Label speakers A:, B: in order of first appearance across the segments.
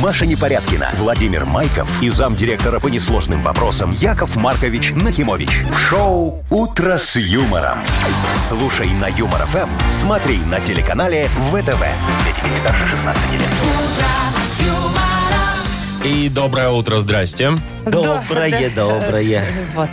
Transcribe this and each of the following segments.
A: Маша Непорядкина, Владимир Майков и замдиректора по несложным вопросам Яков Маркович Нахимович. В шоу «Утро с юмором». Слушай на Юмор ФМ, смотри на телеканале ВТВ. Для детей старше 16 лет.
B: И доброе утро, здрасте.
C: Доброе,
D: Да, да.
C: доброе.
D: Вот.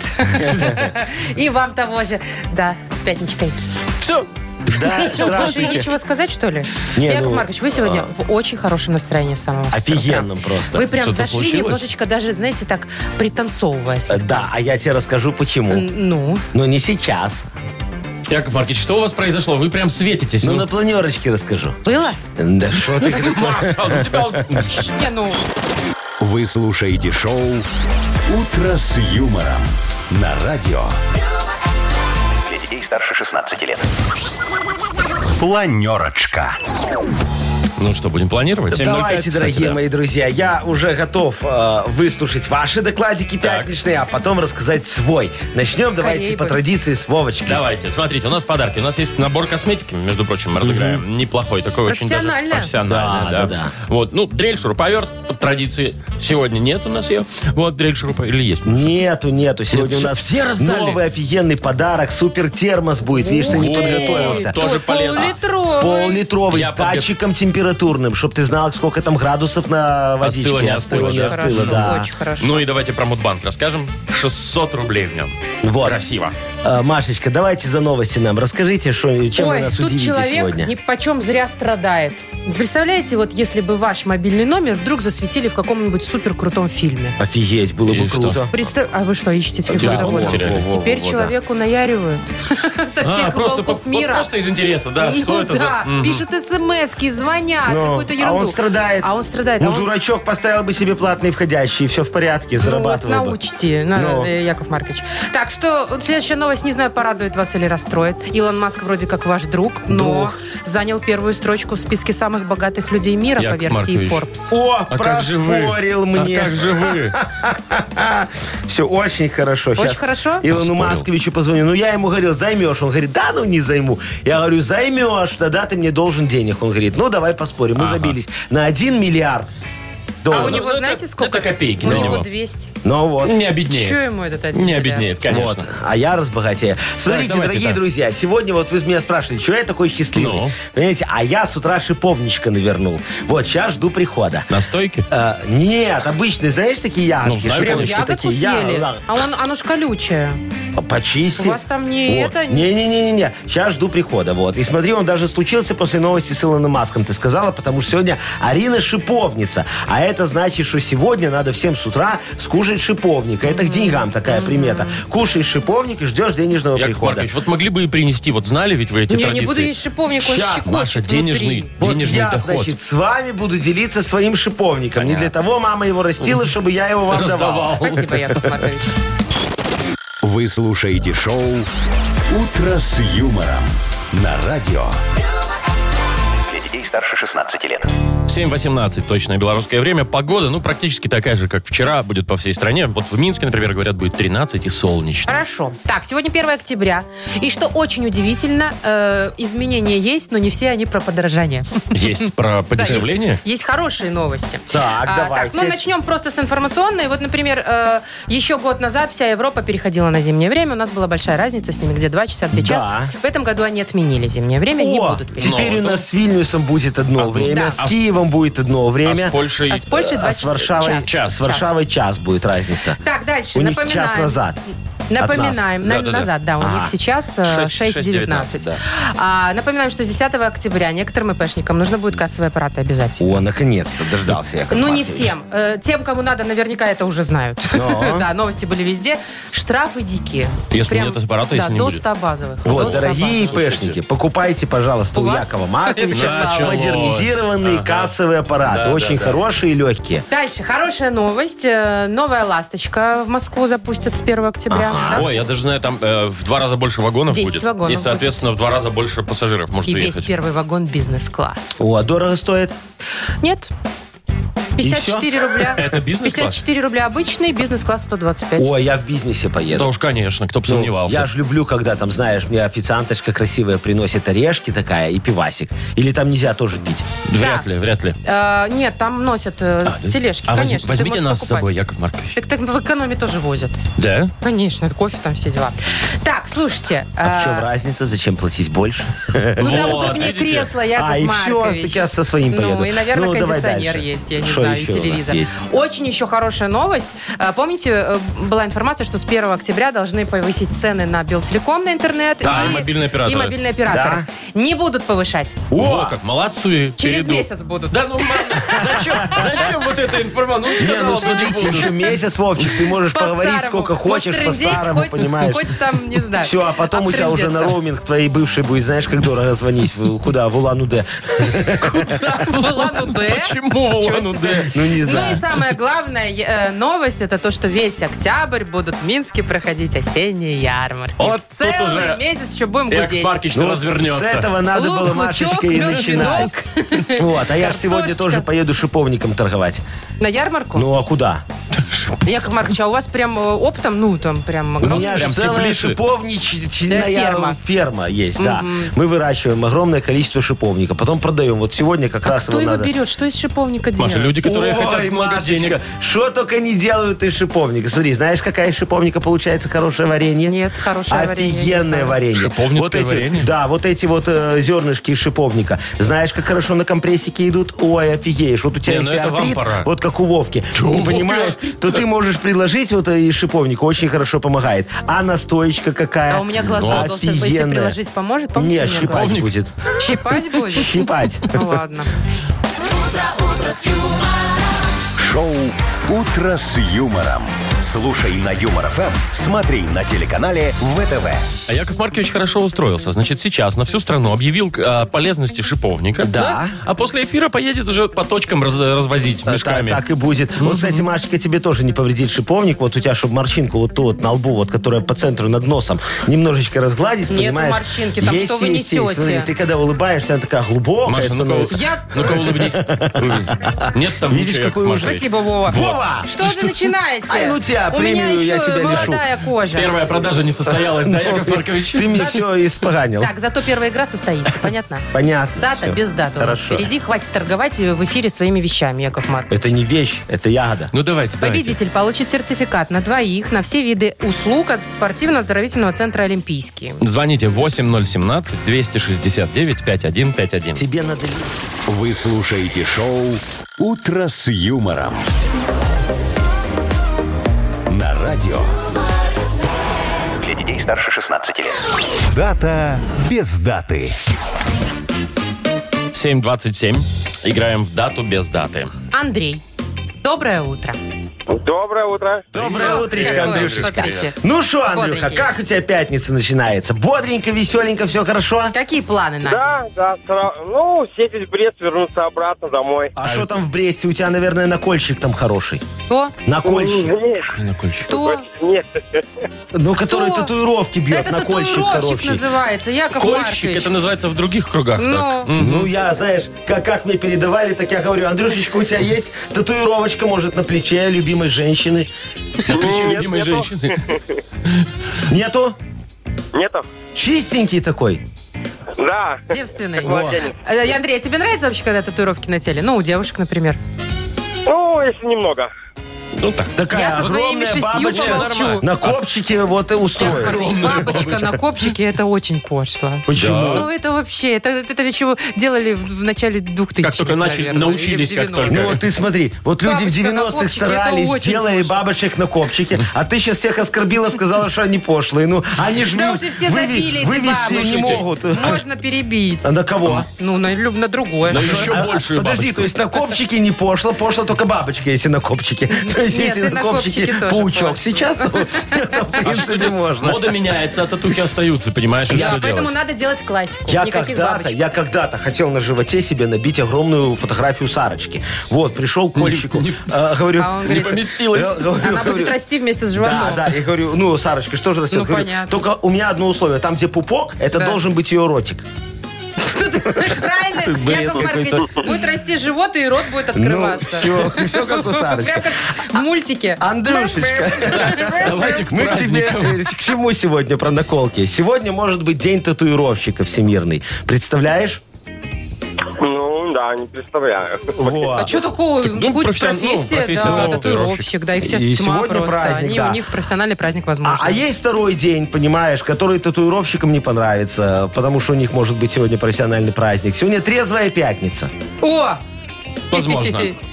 D: И вам того же. Да, с пятничкой.
B: Все,
C: Да,
D: Что, больше
C: здравствуйте.
D: нечего сказать, что ли?
C: Не,
D: Яков
C: ну,
D: Маркович, вы сегодня в очень хорошем настроении с самого с утра.
C: Офигенным просто.
D: Вы прям
B: Что-то
D: зашли
B: случилось?
D: немножечко даже, знаете, так, пританцовываясь.
C: Э, Да, а я тебе расскажу почему.
D: Н- Ну,
C: Но не сейчас.
B: Яков Маркич, что у вас произошло? Вы прям светитесь.
C: Ну,
B: Ну,
C: на планерочке расскажу.
D: было?
C: Да что ты
B: Маша, у тебя вот-
D: Не, ну,
A: Вы слушаете шоу «Утро с юмором» на радио. Для детей старше 16 лет. Планерочка.
B: Ну что, будем планировать? 7:05,
C: Давайте,
B: кстати,
C: дорогие
B: да.
C: мои друзья, я уже готов э, выслушать ваши докладики пятничные, а потом рассказать свой. Начнем,
D: Скорее
C: давайте,
D: бы.
C: по традиции с Вовочки.
B: Давайте, смотрите, у нас подарки. У нас есть набор косметики, между прочим, мы разыграем. Неплохой, такой очень даже
D: Профессионально.
B: профессиональный.
C: Да,
B: Да,
C: да, да.
B: Вот, ну, дрель, шуруповерт, по традиции. Сегодня нет у нас ее. Вот, дрель, шуруповерт, или есть?
C: Нету, нету. Сегодня
B: Нет,
C: у
B: всё-
C: нас
B: все раздали?
C: новый офигенный подарок. Супер термос будет. Видишь, ты не
B: Ой,
C: подготовился.
B: то- Тоже полезно.
D: Пол-литровый.
C: Пол-литровый,
B: Я
C: с
B: подго-
C: датчиком температурным, чтобы ты знал, сколько там градусов на водичке.
B: Остыло, не остыло,
C: не
B: да.
C: остыло,
D: Хорошо,
C: да.
D: очень хорошо.
B: Ну и давайте про Мудбанк расскажем. 600 рублей в нем.
C: Вот.
B: Красиво.
C: А, Машечка, давайте за новости нам. Расскажите, шо- чем вы
D: Ой,
C: нас
D: тут
C: удивите
D: человек
C: сегодня.
D: ни почем зря страдает. Представляете, вот если бы ваш мобильный номер вдруг засветили в каком-нибудь супер крутом фильме.
C: Офигеть, было
B: И
C: бы
B: что?
C: круто.
D: Представ- А вы что, ищете телефон
B: Телефон
D: работы?
B: потеряли.
C: Во-во-во-во,
D: Теперь
C: да.
D: человеку наяривают со
B: А,
D: всех
B: просто, по-
D: уголков
B: по-
D: мира.
B: просто из интереса, да,
D: Ну
B: что это
D: да,
B: за... Мгм.
D: пишут смс звонят,
C: Ну,
D: какую-то ерунду.
C: А он страдает.
D: А он страдает.
C: Ну,
D: а он-
C: дурачок поставил бы себе платные входящие, все в порядке,
D: Ну вот
C: зарабатывал бы.
D: научите, надо,
C: Ну.
D: э, Яков Маркович. Так, что вот следующая новость, не знаю, порадует вас или расстроит. Илон Маск вроде как ваш друг, но занял первую строчку в списке самых богатых людей мира по
B: Яков
D: версии
B: Маркович.
D: Forbes.
C: О,
B: А как же вы?
C: проспорил
B: А
C: мне.
B: как же вы?
C: Все очень хорошо.
D: Очень
C: Щас
D: хорошо?
C: Илону
B: Поспорил.
C: Масковичу позвоню. Ну, я ему говорил, займешь. Он говорит, да, ну не займу. Я говорю, займешь, тогда ты мне должен денег. Он говорит, ну давай поспорим. Мы забились на 1 миллиард
D: А у
C: долларов.
D: него,
B: ну это-
D: знаете, сколько?
B: это копейки
D: У
B: для
D: него
B: него.
D: 200.
C: Ну вот.
B: Не
D: Чего
B: обеднеет.
D: ему этот один
B: Не
D: миллиард?
B: обеднеет,
C: Вот,
B: конечно.
C: а я разбогатею. Смотрите,
B: давайте,
C: дорогие
B: да.
C: друзья, сегодня вот вы меня спрашивали, чего я такой счастливый.
B: Ну.
C: Понимаете, а я с утра шиповничка навернул. Вот, сейчас жду прихода.
B: На стойке?
C: Э, нет, обычные, знаешь, такие ягодки,
B: Ну, знаю,
D: Прям
B: Девочки
C: шиповнички
D: ягодку
C: такие. Я-
D: съели.
C: да.
D: А он, оно ж колючее.
C: Почисти.
D: У вас там не это, не-
C: Не-не-не-не. Сейчас жду прихода. Вот. И смотри, он даже случился после новости с Илоном Маском. Ты сказала, потому что сегодня Арина шиповница. А это значит, что сегодня надо всем с утра скушать шиповник. А Это к деньгам такая примета. Кушаешь шиповник и ждешь денежного
B: Яков
C: прихода.
B: Маркович, вот могли бы и принести, вот знали ведь вы эти
D: Ну, Я
B: традиции?
D: не буду есть шиповник, он
C: Щас,
D: щекочет
B: Маша,
D: внутри.
B: денежный,
C: Вот
B: денежный
C: я,
B: доход.
C: значит, с вами буду делиться своим шиповником. Не для того мама его растила, чтобы я его вам давал.
B: Раздавал.
D: Спасибо, Яков Маркович.
A: Вы слушаете шоу «Утро с юмором» на радио. Для детей старше 16 лет.
B: 7.18, точное белорусское время. Погода, ну, практически такая же, как вчера, будет по всей стране. Вот в Минске, например, говорят, будет 13 и солнечно.
D: Хорошо. Так, сегодня 1 октября. И что очень удивительно, э, изменения есть, но не все они про подорожание.
B: Есть про
D: Да, есть-
B: подешевление?
D: Есть хорошие новости.
C: Так,
D: А,
C: давайте.
D: ну, начнем просто с информационной. Вот, например, э, еще год назад вся Европа переходила на зимнее время. У нас была большая разница с ними, где два часа, где час.
C: Да.
D: В этом году они отменили зимнее время, не
C: О,
D: будут переходить.
C: теперь
B: Ну,
C: у
B: вот.
C: нас с Вильнюсом будет одно время,
D: да.
C: с Киевом будет одно
B: А
C: время.
B: с Польшей...
D: А с Польшей два
C: А с Варшавой
D: часа.
B: час.
C: с Варшавой час будет разница.
D: Так, дальше.
C: У них
D: напоминаем.
C: час назад.
D: Напоминаем.
B: нас. Да,
D: на-
B: да, да.
D: назад, да. У
C: А.
D: них сейчас э,
B: Шесть-
D: 6.19.
B: 6.19, да.
D: А, напоминаем, что с 10 октября некоторым ИПшникам нужно будет кассовые аппараты обязательно.
C: О, наконец-то дождался я.
D: Ну, не всем. Э, Тем, кому надо, наверняка это уже знают.
C: Но.
D: Да, новости были везде. Штрафы дикие.
B: Если нет аппарата,
D: Да,
B: если не
D: до
B: будет.
D: 100 базовых. До
C: Вот,
D: 100
C: дорогие
D: базовых.
C: ИПшники, покупайте, пожалуйста,
D: У
C: у,
D: вас?
C: Якова Марковича
B: Началось.
C: модернизированные
B: Ага.
C: кассовые аппараты.
B: Да,
C: Очень
B: да, да.
C: хорошие и легкие.
D: Дальше, хорошая новость. Э, Новая «Ласточка» в Москву запустят с 1 октября. Да?
B: А, Ой, я даже знаю, там э, в два раза больше вагонов
D: 10
B: будет.
D: вагонов
B: и, соответственно, в два раза больше пассажиров может
D: И весь
B: уехать.
C: а
D: первый вагон бизнес-класс.
C: О, а дорого стоит?
D: Нет? 54 рубля.
B: Это бизнес-класс?
D: 54 рубля обычный, бизнес-класс 125.
C: Ой, я в бизнесе поеду.
B: Да уж, конечно, кто бы
C: Ну,
B: сомневался.
C: Я же люблю, когда там, знаешь, мне официанточка красивая приносит орешки такая и пивасик. Или там нельзя тоже пить.
B: Вряд
D: Да.
B: ли, вряд ли.
D: Э, нет, там носят э,
B: А,
D: с тележки,
B: а возьм-
D: конечно. ты
B: возьмите
D: можешь
B: нас с
D: покупать. Э,
B: собой, Яков Маркович.
D: Так, так в экономе тоже возят.
B: Да?
D: Конечно, это кофе, там все дела. Так, слушайте.
C: А в чем
D: э,
C: разница? Зачем платить больше?
D: Ну, там
B: Вот,
D: удобнее
B: видите?
D: кресло, Яков
C: А, и всё,
D: Маркович.
C: так я со своим
D: Ну,
C: поеду.
D: и, наверное,
C: Ну, давай
D: кондиционер
C: дальше.
D: есть, я не
C: Что
D: знаю, и
C: еще у нас
D: телевизор.
C: есть?
D: Очень еще хорошая новость. Э, Помните, э, была информация, что с 1 октября должны повысить цены на Белтелеком, на интернет.
B: Да, и мобильные операторы.
D: И мобильные операторы. Не будут повышать.
B: О, как молодцы.
D: Через
B: перейду.
D: месяц будут.
B: Да ну ладно, зачем? Зачем вот эта информация? Ну,
C: Не, ну
B: сказала, что не
C: смотрите,
B: буду.
C: еще месяц, Вовчик, ты можешь
D: По-старому.
C: поговорить сколько хочешь,
D: Можешь трындеть
C: по-старому,
D: хоть-
C: понимаешь?
D: Хоть там, не знаю.
C: Все, а потом у тебя уже на
D: обтрындеться.
C: роуминг твоей бывшей будет, знаешь, как дорого звонить. В- Куда? В Улан-Удэ.
D: Улан-Удэ?
B: Почему в
D: Чего
B: Улан-Удэ?
D: себе.
C: Ну, не знаю.
D: Ну и самая главная э, новость, это то, что весь октябрь будут в Минске проходить осенние ярмарки.
B: Вот тут
D: Целый
B: уже
D: месяц еще будем
B: Яков
D: гудеть.
B: Маркич
C: Ну, вот
B: развернется.
C: С этого надо
D: Лук,
C: было,
D: лучок,
C: Машечка, и
D: мёд,
C: начинать. Вот, а я же сегодня
D: Картошечка.
C: тоже поеду шиповником торговать.
D: На ярмарку?
C: Ну, а куда?
D: Яков Маркович, а у вас прям э, оптом, ну там прям...
C: У
D: огромный-
C: меня же
B: прям
C: целая
B: теплицы.
C: шиповничная
D: Да, ферма.
C: ферма есть, да. Мы выращиваем огромное количество шиповника, потом продаем. Вот сегодня как раз
D: А Кто
C: его
D: его
C: надо...
D: берет? Что из шиповника делают?
B: Маша, люди, которые хотят много денег.
C: что только не делают из шиповника. Смотри, знаешь, какая из шиповника получается хорошее варенье?
D: Нет, хорошее варенье, не
C: Офигенное
D: знаю.
C: варенье.
B: Шиповницкое
C: вот эти,
B: варенье?
C: Да, вот эти вот э, зернышки из шиповника. Знаешь, как хорошо на компрессике идут? Ой, офигеешь. Вот у тебя
B: Не, ну
C: если
B: это вам
C: артрит,
B: пора.
C: вот как у Вовки,
B: у
C: не
B: Вовки
C: понимаешь,
B: артрит?
C: то ты можешь предложить вот э, из шиповника. Очень хорошо помогает. А настоечка какая?
D: А у меня глаз
B: Ну,
D: задался. Если
C: офигенная.
D: приложить, поможет? Помните,
C: Не,
D: мне глаз?
C: щипать
B: Шиповник?
C: будет.
D: Щипать будет?
C: Щипать.
D: Ну ладно.
A: Шоу «Утро с юмором». Слушай на Юмор ФМ, смотри на телеканале ВТВ.
B: А Яков Маркович хорошо устроился. Значит, сейчас на всю страну объявил о полезности шиповника.
C: Да.
B: А после эфира поедет уже по точкам раз- развозить мешками.
C: Та- Так, и будет. Вот, кстати, Машечка, тебе тоже не повредит шиповник. Вот у тебя, чтобы морщинку вот ту вот на лбу, вот, которая по центру над носом, немножечко разгладить,
D: Нету
C: понимаешь?
D: морщинки, там
C: Есть,
D: что вы
C: есть, есть. Смотри,
D: несете?
C: ты когда улыбаешься, она такая глубокая
B: Маша, ну-ка,
C: становится.
D: Я-
B: ну-ка улыбнись. Улыбнись. Нет там
C: Видишь,
B: ничего, Яков
C: какой ужас.
B: Маркович.
D: Спасибо, Вова.
C: Вова!
D: Что вы начинаете?
C: Ай, ну тебя,
D: У меня
C: премию я
D: еще
C: тебя лишу.
D: молодая кожа.
B: Первая продажа не состоялась, да, А, Яков Маркович?
C: Ты мне
D: За-
C: все испоганил.
D: Так, зато первая игра состоится, понятно?
C: Понятно.
D: Дата
C: всё.
D: без даты. у нас
C: Хорошо.
D: Впереди хватит торговать э, в эфире своими вещами, Яков Маркович.
C: Это не вещь, это ягода.
B: Ну давайте, давайте.
D: Победитель получит сертификат на двоих на все виды услуг от спортивно-оздоровительного центра «Олимпийский».
B: Звоните 8017-269-5151.
C: Тебе надо...
A: Вы слушаете шоу «Утро с юмором». На радио.
E: Для детей старше 16 лет.
A: Дата без даты.
B: 7.27. Играем в дату без даты.
D: Андрей, доброе утро.
F: Доброе утро.
C: Доброе
D: Ох,
C: утречко,
D: какой
C: Андрюша.
D: вы, смотрите.
C: Ну что, Андрюха,
D: Бодренький.
C: как у тебя пятница начинается? Бодренько, веселенько, все хорошо?
D: Какие планы на день?
F: Да, да, сра- ну, сетить в Брест, вернуться обратно домой.
C: А что там в Бресте? У тебя, наверное, накольщик там хороший.
D: Кто?
C: Накольщик.
F: Нет,
B: Колокольчик.
D: Кто?
F: нет.
C: Ну, который
D: Кто?
C: татуировки бьет,
D: Это
C: накольщик
D: татуировщик
C: хороший.
D: называется, Яков
B: Кольщик,
D: Маркович.
B: это называется в других кругах так.
D: Ну.
B: М.
C: Ну, я, знаешь, как, как мне передавали, так я говорю, Андрюшечка, у тебя есть татуировочка, может, на плече любимой женщины?
D: Ну.
B: На плече
C: Ну,
F: Нет,
B: любимой
F: нету.
B: женщины.
C: Нету?
F: Нету?
C: Чистенький такой.
F: Да.
D: Девственный.
F: младенец.
D: Э, Андрей, а тебе нравится вообще, когда татуировки на теле? Ну, у девушек, например.
F: Ну, если немного.
B: Ну так.
C: Такая
D: Я со своими
C: огромная
D: шестью
C: бабочка.
D: помолчу.
B: нормально.
C: На копчике вот и
D: Яков
C: устроен.
D: Маркович, Бабочка на копчике, это очень пошло.
C: Почему?
D: Ну, это вообще, это, это еще делали в, в начале 2000
B: Как только начали- научились, как только.
C: Ну вот ты смотри, вот люди
D: Бабочка
C: в
D: на
C: 90-х
D: копчике, это
C: старались,
D: очень
C: делали
D: пошло.
C: бабочек на копчике, а ты сейчас всех оскорбила, сказала, что они пошлые. Ну, они же
D: Да уже все забили эти
C: вывести
D: бабушки.
C: не могут.
D: Можно перебить.
C: А на кого?
D: Ну, на, люб- на другое.
B: Да
D: что
B: еще
D: ли.
C: А,
B: большую
C: Подожди,
B: бабочку.
C: то есть на копчике не пошло, пошло только бабочка, если на копчике. То есть
D: Нет,
C: если
D: и
C: на
D: на
C: копчике
D: копчике тоже
C: паучок
D: пошло.
C: сейчас, то А это,
B: А
C: в принципе можно.
B: Мода меняется, а татухи остаются, понимаешь? и
D: Да,
B: что
D: поэтому
B: делать?
D: надо делать классику.
C: Я
D: Никаких
C: когда-то,
D: бабочек.
C: я когда-то хотел на животе себе набить огромную фотографию Сарочки. Вот, пришел к Кольчику,
B: не-
C: э, говорю...
D: А он
B: Не
D: говорит,
B: поместилось.
C: э, говорю,
D: Она будет
C: говорю,
D: расти вместе с
C: Да,
D: животом.
C: да, я говорю, ну, Сарочка, что же растет?
D: Ну,
C: Говорю,
D: понятно.
C: Только у меня одно условие, там, где пупок, это
D: Да.
C: должен быть ее ротик.
D: Что ты- Правильно,
B: Бред
D: Яков Маркович,
B: какой-то.
D: будет расти живот и рот будет
C: Ну,
D: открываться.
C: все, все как у
D: Прям
C: Сарочки. А,
D: как в мультике.
C: Андрюшечка,
B: Давайте к
C: мы к тебе
B: праздникам.
C: э, к чему сегодня про наколки? Сегодня может быть день татуировщика всемирный. Представляешь?
F: Ну, да, не представляю.
C: Во.
D: А что такого?
B: ну,
D: Будь
B: профессион- ну,
D: профессия,
B: профессия, да,
D: да, татуировщик, да, их сейчас
C: И
D: тьма
C: сегодня
D: просто.
C: праздник,
D: Они-
C: да.
D: У них профессиональный праздник
C: А,
D: возможен.
C: а есть второй день, понимаешь, который татуировщикам не понравится, потому что у них может быть сегодня профессиональный праздник. Сегодня трезвая пятница.
D: О!
B: Возможно.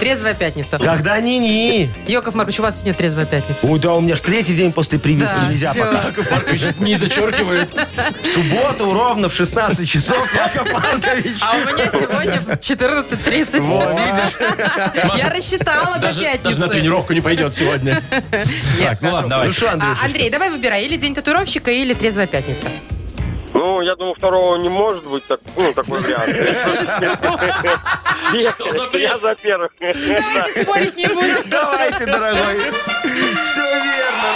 D: Трезвая пятница.
C: Когда ни-ни.
D: Яков Маркович, у вас сегодня трезвая пятница.
C: Ой, да, у меня ж третий день после прививки
D: Да,
C: нельзя
D: всё.
C: пока.
B: Яков Маркович не зачеркивает.
C: В субботу ровно в 16 часов Яков Маркович.
D: А у меня сегодня в 14.30.
C: Во, видишь?
D: Я рассчитала до
B: Даже,
D: пятницы.
B: даже на тренировку не пойдет сегодня.
D: Я
B: Так, ну
D: скажу.
B: ладно, давай.
C: Ну что,
D: А,
C: Андрюшечка?
D: Андрей, давай выбирай. Или день татуировщика, или трезвая пятница.
F: Ну, я думаю, второго не может быть, так, ну, такой вариант. Я-
B: Что за бред?
F: Я за первых.
D: Давайте спорить не будем.
C: Давайте, дорогой. Все верно,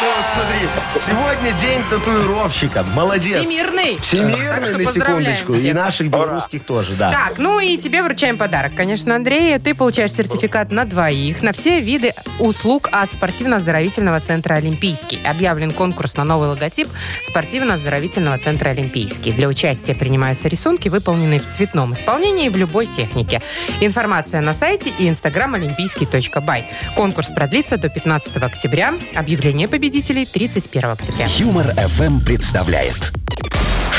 C: ну смотри. Сегодня день татуировщика. Молодец.
D: Всемирный. Так
C: Всемирный,
D: что
C: на
D: поздравляем
C: секундочку.
D: всех.
C: И наших белорусских тоже, да.
D: Так, ну и тебе вручаем подарок, конечно, Андрей. Ты получаешь сертификат на двоих на все виды услуг от спортивно-оздоровительного центра «Олимпийский». Объявлен конкурс на новый логотип спортивно-оздоровительного центра «Олимпийский». Для участия принимаются рисунки, выполненные в цветном исполнении и в любой технике. Информация на сайте и инстаграм олимпийский.бай. Конкурс продлится до 15 октября. Объявление победителей 31 октября.
A: Юмор FM представляет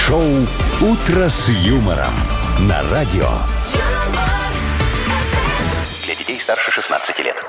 A: шоу Утро с юмором на радио.
E: Для детей старше 16 лет.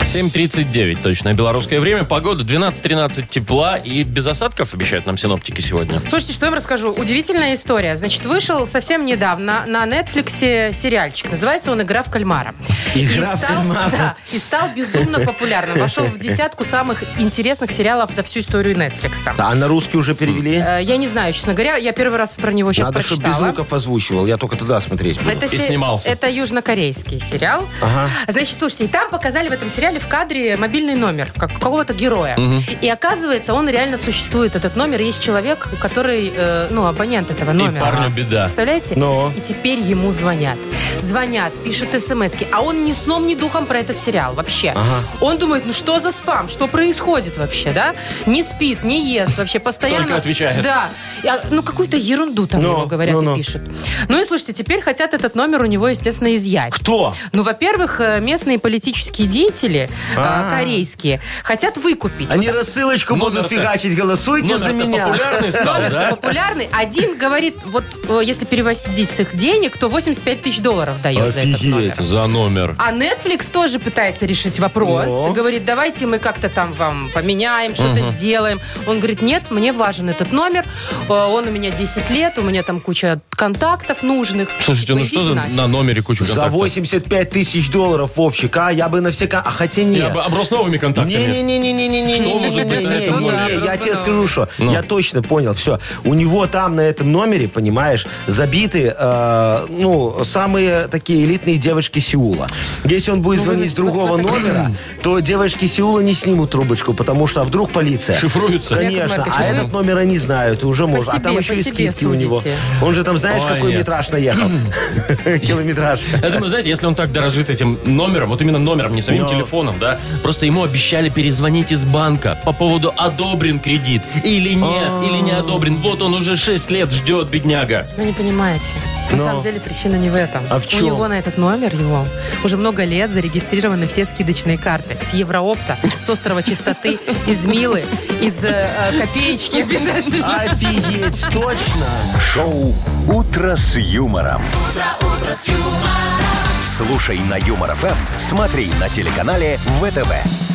B: 7.39 точное белорусское время. Погода 12-13 тепла и без осадков обещают нам синоптики сегодня.
D: Слушайте, что я вам расскажу. Удивительная история. Значит, вышел совсем недавно на Netflix сериальчик. Называется он «Игра в кальмара».
C: «Игра
D: и
C: в
D: стал,
C: кальмара».
D: да, и стал безумно популярным. Вошел в десятку самых интересных сериалов за всю историю Netflix.
C: А на русский уже перевели?
D: Э, Я не знаю, честно говоря. Я первый раз про него сейчас
C: Надо, чтобы
D: прочитала.
C: Безруков озвучивал. Я только тогда смотреть буду.
D: Это,
B: И снимался.
D: это южнокорейский сериал.
C: Ага.
D: Значит, слушайте, и там показали в этом сериале в кадре мобильный номер как какого-то героя. И оказывается, он реально существует, этот номер. Есть человек, который, э, ну, абонент этого номера.
B: парню беда.
D: Представляете?
C: Но.
D: И теперь ему звонят. Звонят, пишут смс А он ни сном, ни духом про этот сериал вообще. Он думает, ну что за спам? Что происходит вообще, да? Не спит, не ест вообще. Постоянно...
B: Только отвечает.
D: Да. И, а, Ну, какую-то ерунду там
C: Но,
D: ему говорят
C: но, но.
D: и пишут. Ну и слушайте, теперь хотят этот номер у него, естественно, изъять.
C: Кто?
D: Ну, во-первых, э, местные политические деятели э,
C: А.
D: корейские хотят выкупить.
C: Они рассылочку будут
B: Номер-то-
C: фигачить. Голосуйте за
B: Номер-то
C: меня.
B: популярный стал,
D: Номер
B: да?
D: популярный. Один говорит, вот э, если переводить с их денег, то 85 тысяч долларов дает за этот номер.
C: Офигеть.
B: За номер.
D: А Netflix тоже пытается решить вопрос.
C: Но.
D: Говорит, давайте мы как-то там вам поменяем, что-то сделаем. Он говорит, нет, мне важен этот номер. э, Он у меня 10 лет, у меня там куча контактов нужных.
B: Слушайте,
D: Типа,
B: ну что
D: идите
B: за
D: нафиг.
B: на номере кучу
C: За
B: контактов?
C: 85 тысяч долларов, Вовчик, а я бы на все... кон- А хотя нет.
B: Я бы оброс новыми контактами. Что может быть на этом
D: номере?
C: Не-не-не-не-не-не-не-не-не, я тебе скажу, что
B: Ну.
C: я точно понял, все. У него там на этом номере, понимаешь, забиты, э, ну, самые такие элитные девочки Сеула. Если он
D: Ну,
C: будет звонить с другого номера, то девочки Сеула не снимут трубочку, потому что а вдруг полиция.
B: Шифруются.
D: Яков
C: Конечно,
D: Маркович,
C: а
D: вы
C: этот номер они знают, и уже можно. А
D: себе,
C: там еще
D: по
C: и
D: себе
C: скидки у него.
D: судите.
C: Он же там, знаешь,
B: Ой,
C: какой
B: нет.
C: метраж наехал? Километраж.
B: Я думаю, знаете, если он так дорожит этим номером, вот именно номером, не самим
C: Но.
B: телефоном, да, просто ему обещали перезвонить из банка по поводу одобрен кредит или нет,
C: А.
B: или не одобрен. Вот он уже 6 лет ждет, бедняга.
D: Вы не понимаете. На
C: Но.
D: самом деле причина не в этом.
C: А в чем?
D: У него на этот номер его уже много лет зарегистрированы все скидочные карты. С Евроопта, с Острова Чистоты, из Милы, из э, э, Копеечки обязательно.
C: Офигеть, точно.
A: Шоу Утро с юмором. Слушай на Юмор ФМ, смотри на телеканале ВТВ.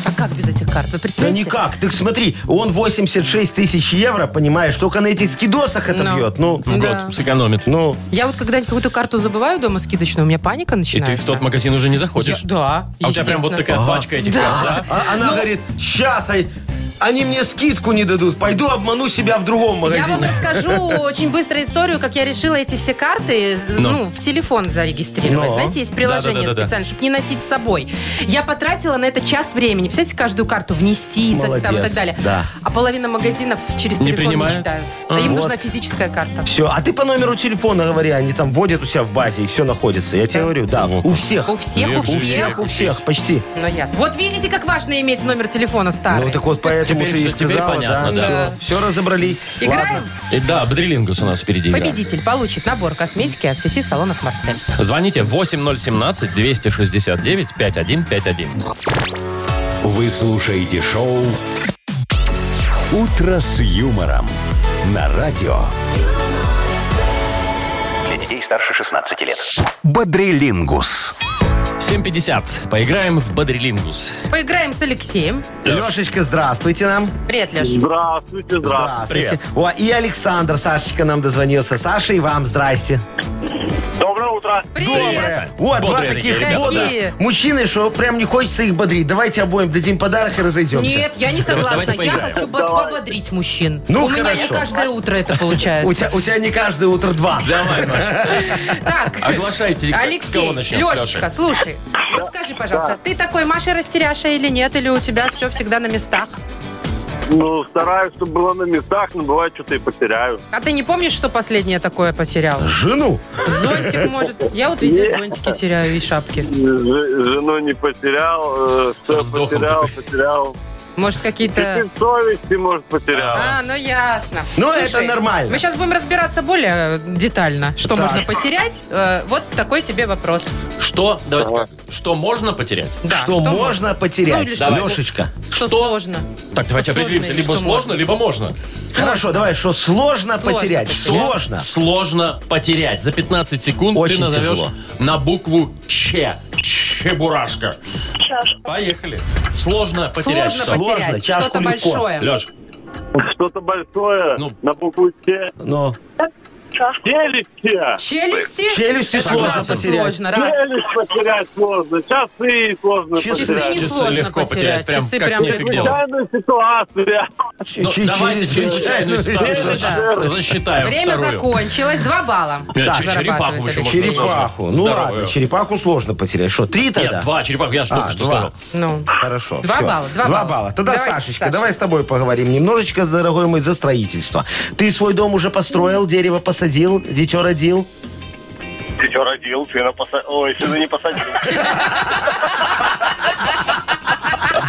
D: А как без этих карт? Вы
C: Да
D: представляете?
C: никак. Ты смотри, он 86 тысяч евро, понимаешь, только на этих скидосах это
D: Ну.
C: бьет. Ну,
B: В
D: Да.
B: год сэкономит.
C: ну,
D: Я вот когда-нибудь какую-то карту забываю дома скидочную, у меня паника
B: И
D: начинается.
B: ты в тот магазин уже не
D: Я-
B: заходишь.
D: Да,
B: А у тебя прям вот
D: естественно.
B: такая пачка этих карт, да?
C: а она говорит, сейчас, Они мне скидку не дадут. Пойду обману себя в другом
D: Я
C: магазине.
D: вам расскажу очень быстро историю, как я решила эти все карты з-
B: Ну.
D: ну, в телефон зарегистрировать.
C: Ну.
D: Знаете, есть приложение
B: Да-да-да-да-да.
D: специально, чтобы не носить с собой. Я потратила на это час времени. Представляете, каждую карту внести со- там, и так
C: Молодец,
D: далее.
C: да.
D: А половина магазинов через
B: Не
D: телефон не
B: принимают?
D: читают.
B: А,
D: Да Им
C: вот.
D: нужна физическая карта.
C: Все, а ты по номеру телефона говори, они там вводят у себя в базе и все находится. Я тебе говорю, да, у всех.
D: У всех, у
B: Нет,
C: У
D: всех.
C: всех, у всех, почти.
D: Ну, ясно. Вот видите, как важно иметь номер телефона старый.
C: Ну так вот поэтому
B: Теперь
C: ты и
B: всё, теперь
C: сказала, да,
B: понятно,
D: да.
C: все, все разобрались.
D: Играем?
C: Ладно.
B: И да, Бодрилингус у нас впереди. игра.
D: Победитель получит набор косметики от сети салонов «Марсель».
B: Звоните 8017-269-5151.
A: Вы слушаете шоу «Утро с юмором» на радио
E: Для детей старше 16 лет.
A: «Бодрилингус».
B: 7.50. Поиграем в Бодрилингус.
D: Поиграем с Алексеем.
C: Лешечка, здравствуйте нам.
D: Привет, Леш.
F: Здравствуйте, здравствуйте.
C: Здравствуйте. О, и Александр, Сашечка нам дозвонился. Саша, и вам здрасте.
F: Доброе утро.
D: Привет.
C: О, два
B: Бодрые такие
C: таких
B: ребята.
D: Какие?
C: бодрых мужчины, что прям не хочется их бодрить. Давайте обоим дадим подарок и разойдемся.
D: Нет, я не согласна.
B: Давайте
D: Я
B: поиграем.
D: хочу бо- пободрить мужчин.
C: Ну,
D: У меня не
C: хорошо.
D: каждое утро это
C: У
D: получается.
C: тебя, у тебя не каждое утро два.
B: Давай, Маша.
D: Так,
C: А,
B: Оглашайте. как- с
D: Алексей,
B: кого начнем, с
D: Лешечка, слушай, расскажи, пожалуйста, ты такой Маша растеряша или нет, или у тебя все всегда на местах?
F: Ну, стараюсь, чтобы было на местах, но бывает, что-то и потеряю.
D: А ты не помнишь, что последнее такое потерял?
C: Жену?
D: Зонтик, может? Я вот везде зонтики теряю и шапки.
F: Ж- жену не потерял, э,
B: Со
F: что
B: вздохом
F: потерял,
B: такой.
F: потерял.
D: Может, какие-то...
F: Чуть-чуть совести, может, потерял.
D: А, ну ясно.
C: Ну, это нормально.
D: Мы сейчас будем разбираться более детально, что
C: Так.
D: можно потерять. Э, вот такой тебе вопрос.
B: Лешей. Что? Давайте как? Что можно потерять?
D: Да,
C: что, можно,
D: Ну,
C: потерять?
D: или что-
C: Лешечка.
D: Что,
B: Что?
D: сложно?
B: Так, давайте
D: Сложно
B: определимся.
D: или
B: Либо
D: что
B: сложно,
D: можно?
B: либо можно.
C: Хорошо, давай, что сложно,
D: Сложно
C: потерять?
D: потерять.
C: Сложно.
B: Сложно потерять. За 15 секунд ты
C: Очень
B: назовешь
C: тяжело.
B: на букву Ч. Чебурашка. Поехали. Сложно потерять.
D: Сложно
B: что?
C: Сложно,
D: потерять
C: чашку
D: что-то
C: легко.
D: большое.
B: Леш,
F: Что-то большое
B: Ну.
F: на букву Ч.
C: Но
F: Челюсти.
D: Челюсти?
C: Челюсти
D: Это
C: сложно
D: правда
C: потерять.
D: сложно, раз.
F: Челюсть потерять сложно, часы сложно
C: Часы.
D: Часы
F: потерять.
D: не
B: Часы
D: сложно
B: легко
D: потерять.
B: потерять, прям
D: Часы
B: как
D: прям
B: нефиг
D: легко.
B: делать.
F: Чрезвычайная ситуация.
B: ну, давайте чрезвычайную ситуацию за- засчитаем
D: Время
B: вторую.
D: закончилось. Два балла.
B: Э,
D: Так,
B: че- черепаху еще
D: зарабатывает
B: можно
C: Черепаху.
B: сложно.
C: Ну
B: Здоровую.
C: ладно, черепаху сложно потерять. Что, три
B: Нет,
C: тогда?
B: два черепаха, я же
C: А,
B: только что
C: два.
B: сказал.
D: Ну,
C: Хорошо.
D: Два
C: всё.
D: балла, два балла.
C: Тогда,
D: Давайте,
C: Сашечка,
D: Саша.
C: давай с тобой поговорим немножечко, дорогой мой, за строительство. Ты свой дом уже построил, дерево посадил, дитё родил?
F: Ты что родил? Сына посадил? Ой, сына не посадил.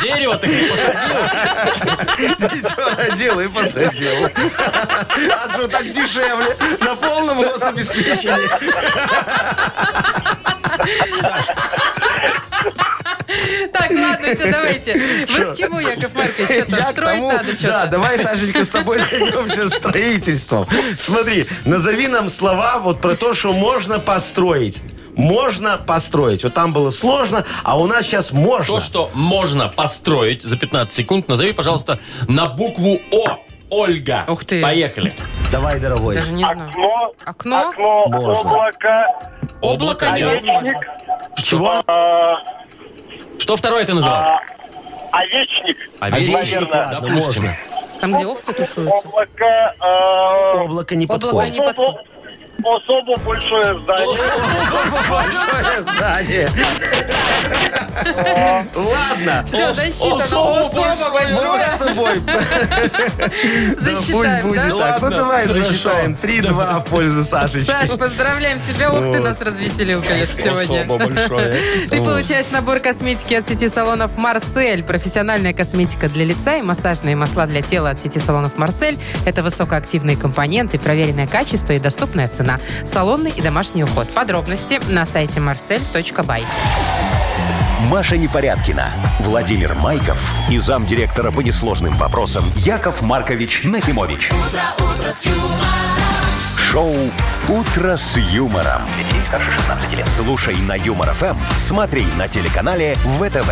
B: Дерево ты не посадил.
C: Дитё родил и посадил. А что, так дешевле? На полном гособеспечении.
D: Так, ладно, все, давайте. Вы к чему, Яков Маркович? Что-то
C: Я к
D: строить
C: тому-
D: надо
C: Да,
D: что-то?
C: давай, Сашечка, с тобой займемся строительством. Смотри, назови нам слова вот про то, что можно построить. Можно построить. Вот там было сложно, а у нас сейчас можно.
B: То, что можно построить за 15 секунд, назови, пожалуйста, на букву О. Ольга.
D: Ух ты.
B: Поехали.
C: Давай, дорогой.
D: Даже не знаю.
F: Окно.
D: Окно?
F: Окно.
C: Можно.
F: Облако.
D: Облако невозможно.
C: Чего?
F: а,
B: Что второе ты назвал?
F: Овечник.
B: Овечник,
F: наверное,
C: ладно,
B: допустим.
C: А, можно.
D: Там, где овцы тусуются.
F: Облако. а,
C: Облако не
D: Облако
C: подходит.
D: не подходит.
F: Особо большое здание.
C: Большое здание. Ладно.
D: Все,
B: Ос-
D: засчитано.
B: особо
D: Особо
C: Бог
D: большое.
C: с тобой. Пусть
D: Засчитаем,
C: будет
D: да?
C: так. Ну
B: Ладно,
C: давай
B: хорошо.
C: засчитаем. 3-2 в пользу Сашечки.
D: Саш, поздравляем тебя. Ух, ты нас развеселил, конечно, сегодня.
B: Особо большое.
D: Ты получаешь набор косметики от сети салонов «Марсель». Профессиональная косметика для лица и массажные масла для тела от сети салонов «Марсель». Это высокоактивные компоненты, проверенное качество и доступная цена. Салонный и домашний уход. Подробности на сайте marsel.by.
A: Маша Непорядкина, Владимир Майков и замдиректора по несложным вопросам Яков Маркович Нахимович. Шоу Утро с юмором. Слушай на юмор ФМ, смотри на телеканале ВТВ.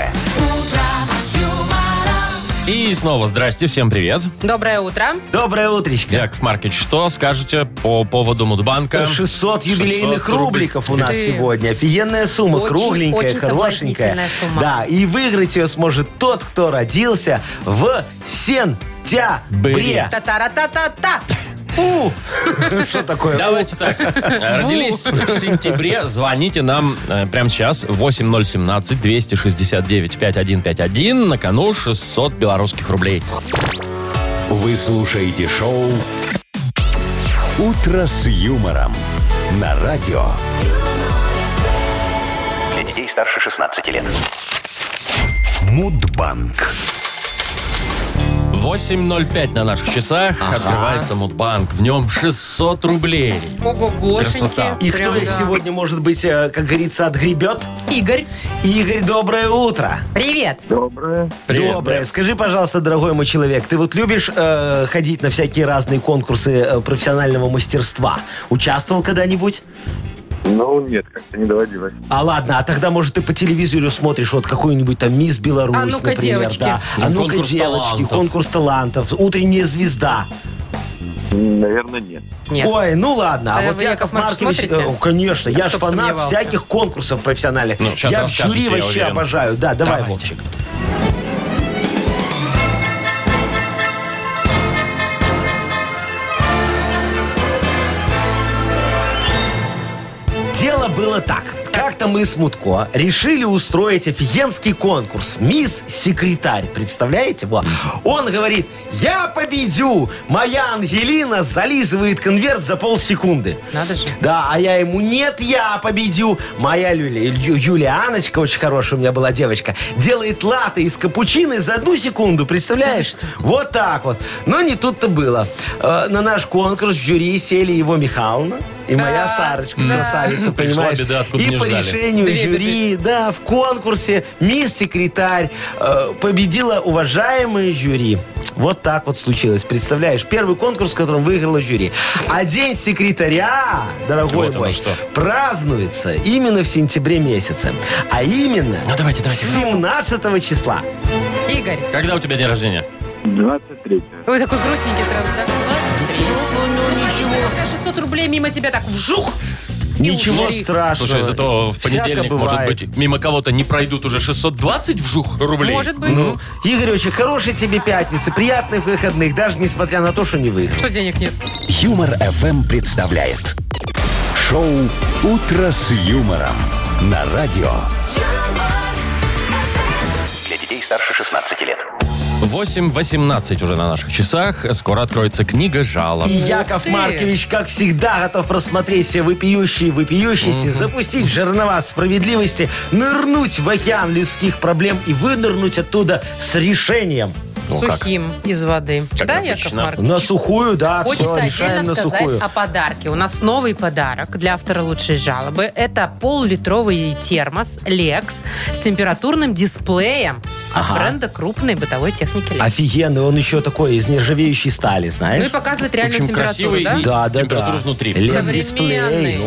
B: И снова здрасте, всем привет.
D: Доброе утро.
C: Доброе утречко.
B: Яков Маркович, что скажете по поводу Мудбанка?
C: 600 юбилейных
B: 600 рублей.
C: рубликов у нас
D: Ты.
C: сегодня. Офигенная сумма,
D: Очень-
C: кругленькая,
D: очень
C: хорошенькая.
D: соблазнительная сумма.
C: Да, и выиграть ее сможет тот, кто родился в сентябре.
B: Бре.
D: Та-та-ра-та-та-та.
C: У! ну Что такое?
B: Давайте так. Э, Родились
C: Ну.
B: в сентябре. Звоните нам э, прямо сейчас. 8017-269-5151. На кону 600 белорусских рублей.
A: Вы слушаете шоу «Утро с юмором» на радио.
E: Для детей старше 16 лет.
A: Мудбанк.
B: 8.05 на наших часах. Открывается Мудбанк. В нем 600 рублей. Красота.
D: Ого-гошеньки.
C: И кто
D: Прям,
C: их
D: да.
C: сегодня, может быть, э, как говорится, отгребет?
D: Игорь,
C: Игорь, доброе утро.
D: привет.
B: Привет.
C: Доброе. Скажи, пожалуйста, дорогой мой человек, ты вот любишь э, ходить на всякие разные конкурсы э, профессионального мастерства? Участвовал когда-нибудь?
G: Ну, нет, как-то не доводилось.
C: А ладно, а тогда, может, ты по телевизору смотришь вот какую-нибудь там «Мисс Беларусь»,
D: А ну-ка,
C: например,
D: девочки.
C: да. А
B: Ну,
C: ну-ка,
B: конкурс
C: девочки,
B: талантов.
C: конкурс талантов, «Утренняя звезда».
G: Наверное, нет.
D: Нет.
C: Ой, ну ладно. А
D: Э,
C: вот
D: вы,
C: Яков
D: Яков Маркович,
C: Маркович,
D: смотрите?
C: э, конечно, я же
D: Чтоб
C: фанат
D: сомневался.
C: всяких конкурсов профессиональных.
B: Ну, щас
C: я в
B: расскажете,
C: жюри
B: я
C: вообще
B: уверен.
C: обожаю. Да, давай,
B: Давайте.
C: Вовчик. Дело было так. Как-то мы с Мутко решили устроить офигенский конкурс. Мисс Секретарь, представляете? Во. Он говорит, я победю! Моя Ангелина зализывает конверт за полсекунды.
D: Надо же.
C: Да, а я ему, нет, я победю. Моя Люля, Ю- Юлианочка, очень хорошая у меня была девочка, делает латы из капучины за одну секунду, представляешь? Вот так вот. Но не тут-то было. Э, На наш конкурс в жюри сели его Михайловна и моя Сарочка, красавица,
B: Пришла
C: понимаешь?
B: беда, откуда
C: и
B: не
C: по
B: ждали.
C: решению
D: Две
C: жюри, да, в конкурсе мисс-секретарь э, победила уважаемое жюри. Вот так вот случилось, представляешь? Первый конкурс, в котором выиграла жюри. А день секретаря, дорогой
B: Вот оно
C: мой,
B: что.
C: празднуется именно в сентябре месяце. А именно
B: Ну, давайте, давайте.
C: 17 числа.
D: Игорь,
B: Когда у тебя день рождения?
G: 23
D: вы такой грустненький сразу, да? 23. Конечно, когда 600 рублей мимо тебя так вжух. и
C: Ничего
D: ушли.
C: страшного.
B: Слушай, зато в
C: Всяко
B: понедельник, может
C: бывает.
B: быть, мимо кого-то не пройдут уже 620 вжух рублей.
D: Может быть.
C: Ну, Игоречек, хорошей тебе пятницы, приятных выходных, даже несмотря на то, что не выиграл.
D: Что денег нет?
A: Юмор FM представляет шоу Утро с юмором на радио.
E: Для детей старше 16 лет.
B: 8.18 уже на наших часах. Скоро откроется книга жалоб.
C: И Яков
D: ты.
C: Маркович, как всегда, готов рассмотреть все вопиющие вопиющести, запустить жернова справедливости, нырнуть в океан людских проблем и вынырнуть оттуда с решением.
B: Ну, как?
D: Сухим из воды.
B: Как
D: да,
B: обычно.
D: Яков Маркович?
C: На сухую, да, всё,
D: Хочется
C: решаем
D: отдельно
C: на
D: сказать
C: сухую.
D: о подарке. У нас новый подарок для автора лучшей жалобы. Это пол-литровый термос Lex с температурным дисплеем от бренда крупной бытовой техники Lex.
C: Офигенный, он еще такой из нержавеющей стали,
D: Ну и
C: знаешь?
D: показывает реальную
B: Очень
D: температуру,
B: красивый
D: да?
B: и
C: Да, да,
B: температура
C: да.
B: внутри.
C: дисплей.
D: Современный.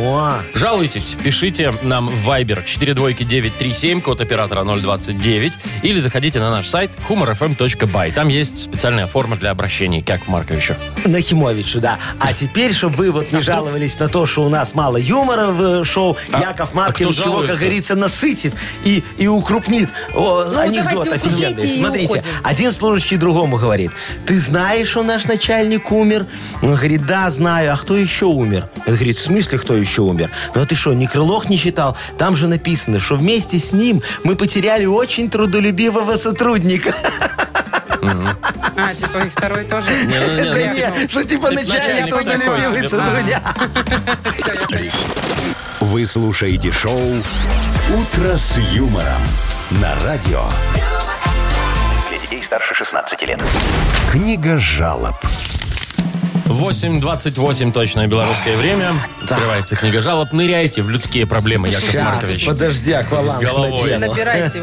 B: Жалуйтесь, пишите нам в Viber 42937, код оператора 029, или заходите на наш сайт humorfm.by. Там есть специальная форма для обращений к Якову Марковичу.
C: Нахимовичу, да. А теперь, чтобы вы
B: А
C: вот не жаловались на то, что у нас мало юмора в э, шоу, Яков Маркович
B: А кто
C: его, как
B: жалуется?
C: говорится, насытит и, и укрупнит. О, анекдот
D: Ну, давайте укрупните
C: офигенный.
D: и
C: Смотрите,
D: уходим.
C: один служащий другому говорит, ты знаешь, что наш начальник умер? Он говорит, да, знаю, а кто еще умер? Он говорит, в смысле, кто еще умер? Ну а ты что, ни Крылов не читал? Там же написано, что вместе с ним мы потеряли очень трудолюбивого сотрудника.
D: А, типа и второй тоже.
B: Не-не-не,
C: Да
B: ну, типа,
C: не, что типа
B: типа
C: начальник
B: начальник такой
C: трудолюбивый
B: себе,
C: сотрудник.
A: Вы слушаете шоу Утро с юмором на радио.
E: Для детей старше 16 лет.
A: Книга жалоб.
B: 8.28 точное белорусское время. Открывается книга жалоб. Ныряйте в людские проблемы, Яков
C: Сейчас,
B: Маркович.
C: подожди, акваланг
B: С головой.
C: надену.
D: Набирайте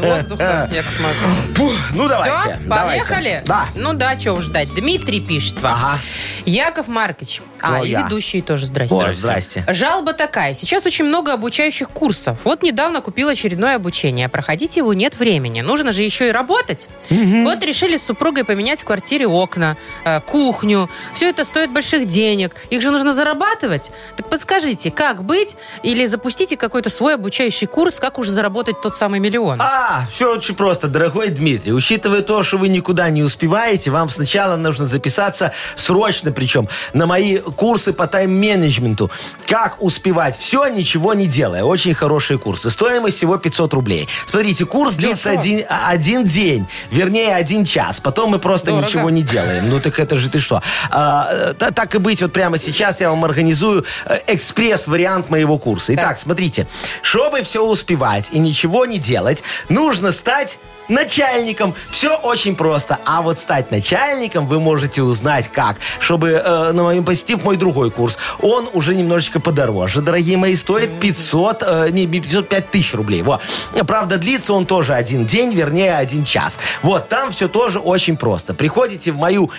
D: воздуха, Яков Маркович.
C: Пух, ну
D: Все,
C: давайте. давайте.
D: поехали?
C: Да.
D: Ну да, чего ждать. Дмитрий пишет вам.
C: Ага.
D: Яков Маркович, А,
C: Ну,
D: и
C: я.
D: ведущие тоже, здрасте.
C: О, здрасте.
D: Жалоба такая. Сейчас очень много обучающих курсов. Вот недавно купил очередное обучение. Проходить его нет времени. Нужно же еще и работать. Вот решили с супругой поменять в квартире окна, э, кухню. Все это стоит больших денег. Их же нужно зарабатывать. Так подскажите, как быть? Или запустите какой-то свой обучающий курс, как уж заработать тот самый миллион?
C: А, все очень просто, дорогой Дмитрий. Учитывая то, что вы никуда не успеваете, вам сначала нужно записаться срочно, причем на мои курсы по тайм-менеджменту. Как успевать все, ничего не делая. Очень хорошие курсы. Стоимость всего 500 рублей. Смотрите, курс длится один, а- один день, вернее, один час. Потом мы просто
D: Дорого.
C: ничего не делаем. Ну так это же ты что? А, э, та- так и быть, вот прямо сейчас я вам организую э, экспресс-вариант моего курса. Итак,
D: Так.
C: смотрите, чтобы все успевать и ничего не делать, нужно стать начальником. Все очень просто. А вот стать начальником вы можете узнать как. Чтобы э, на моем посетив мой другой курс. Он уже немножечко подороже, дорогие мои. Стоит 500, э, не, не 500, 5000 рублей. Во. Правда, длится он тоже один день, вернее, один час. Вот, там все тоже очень просто. Приходите в мою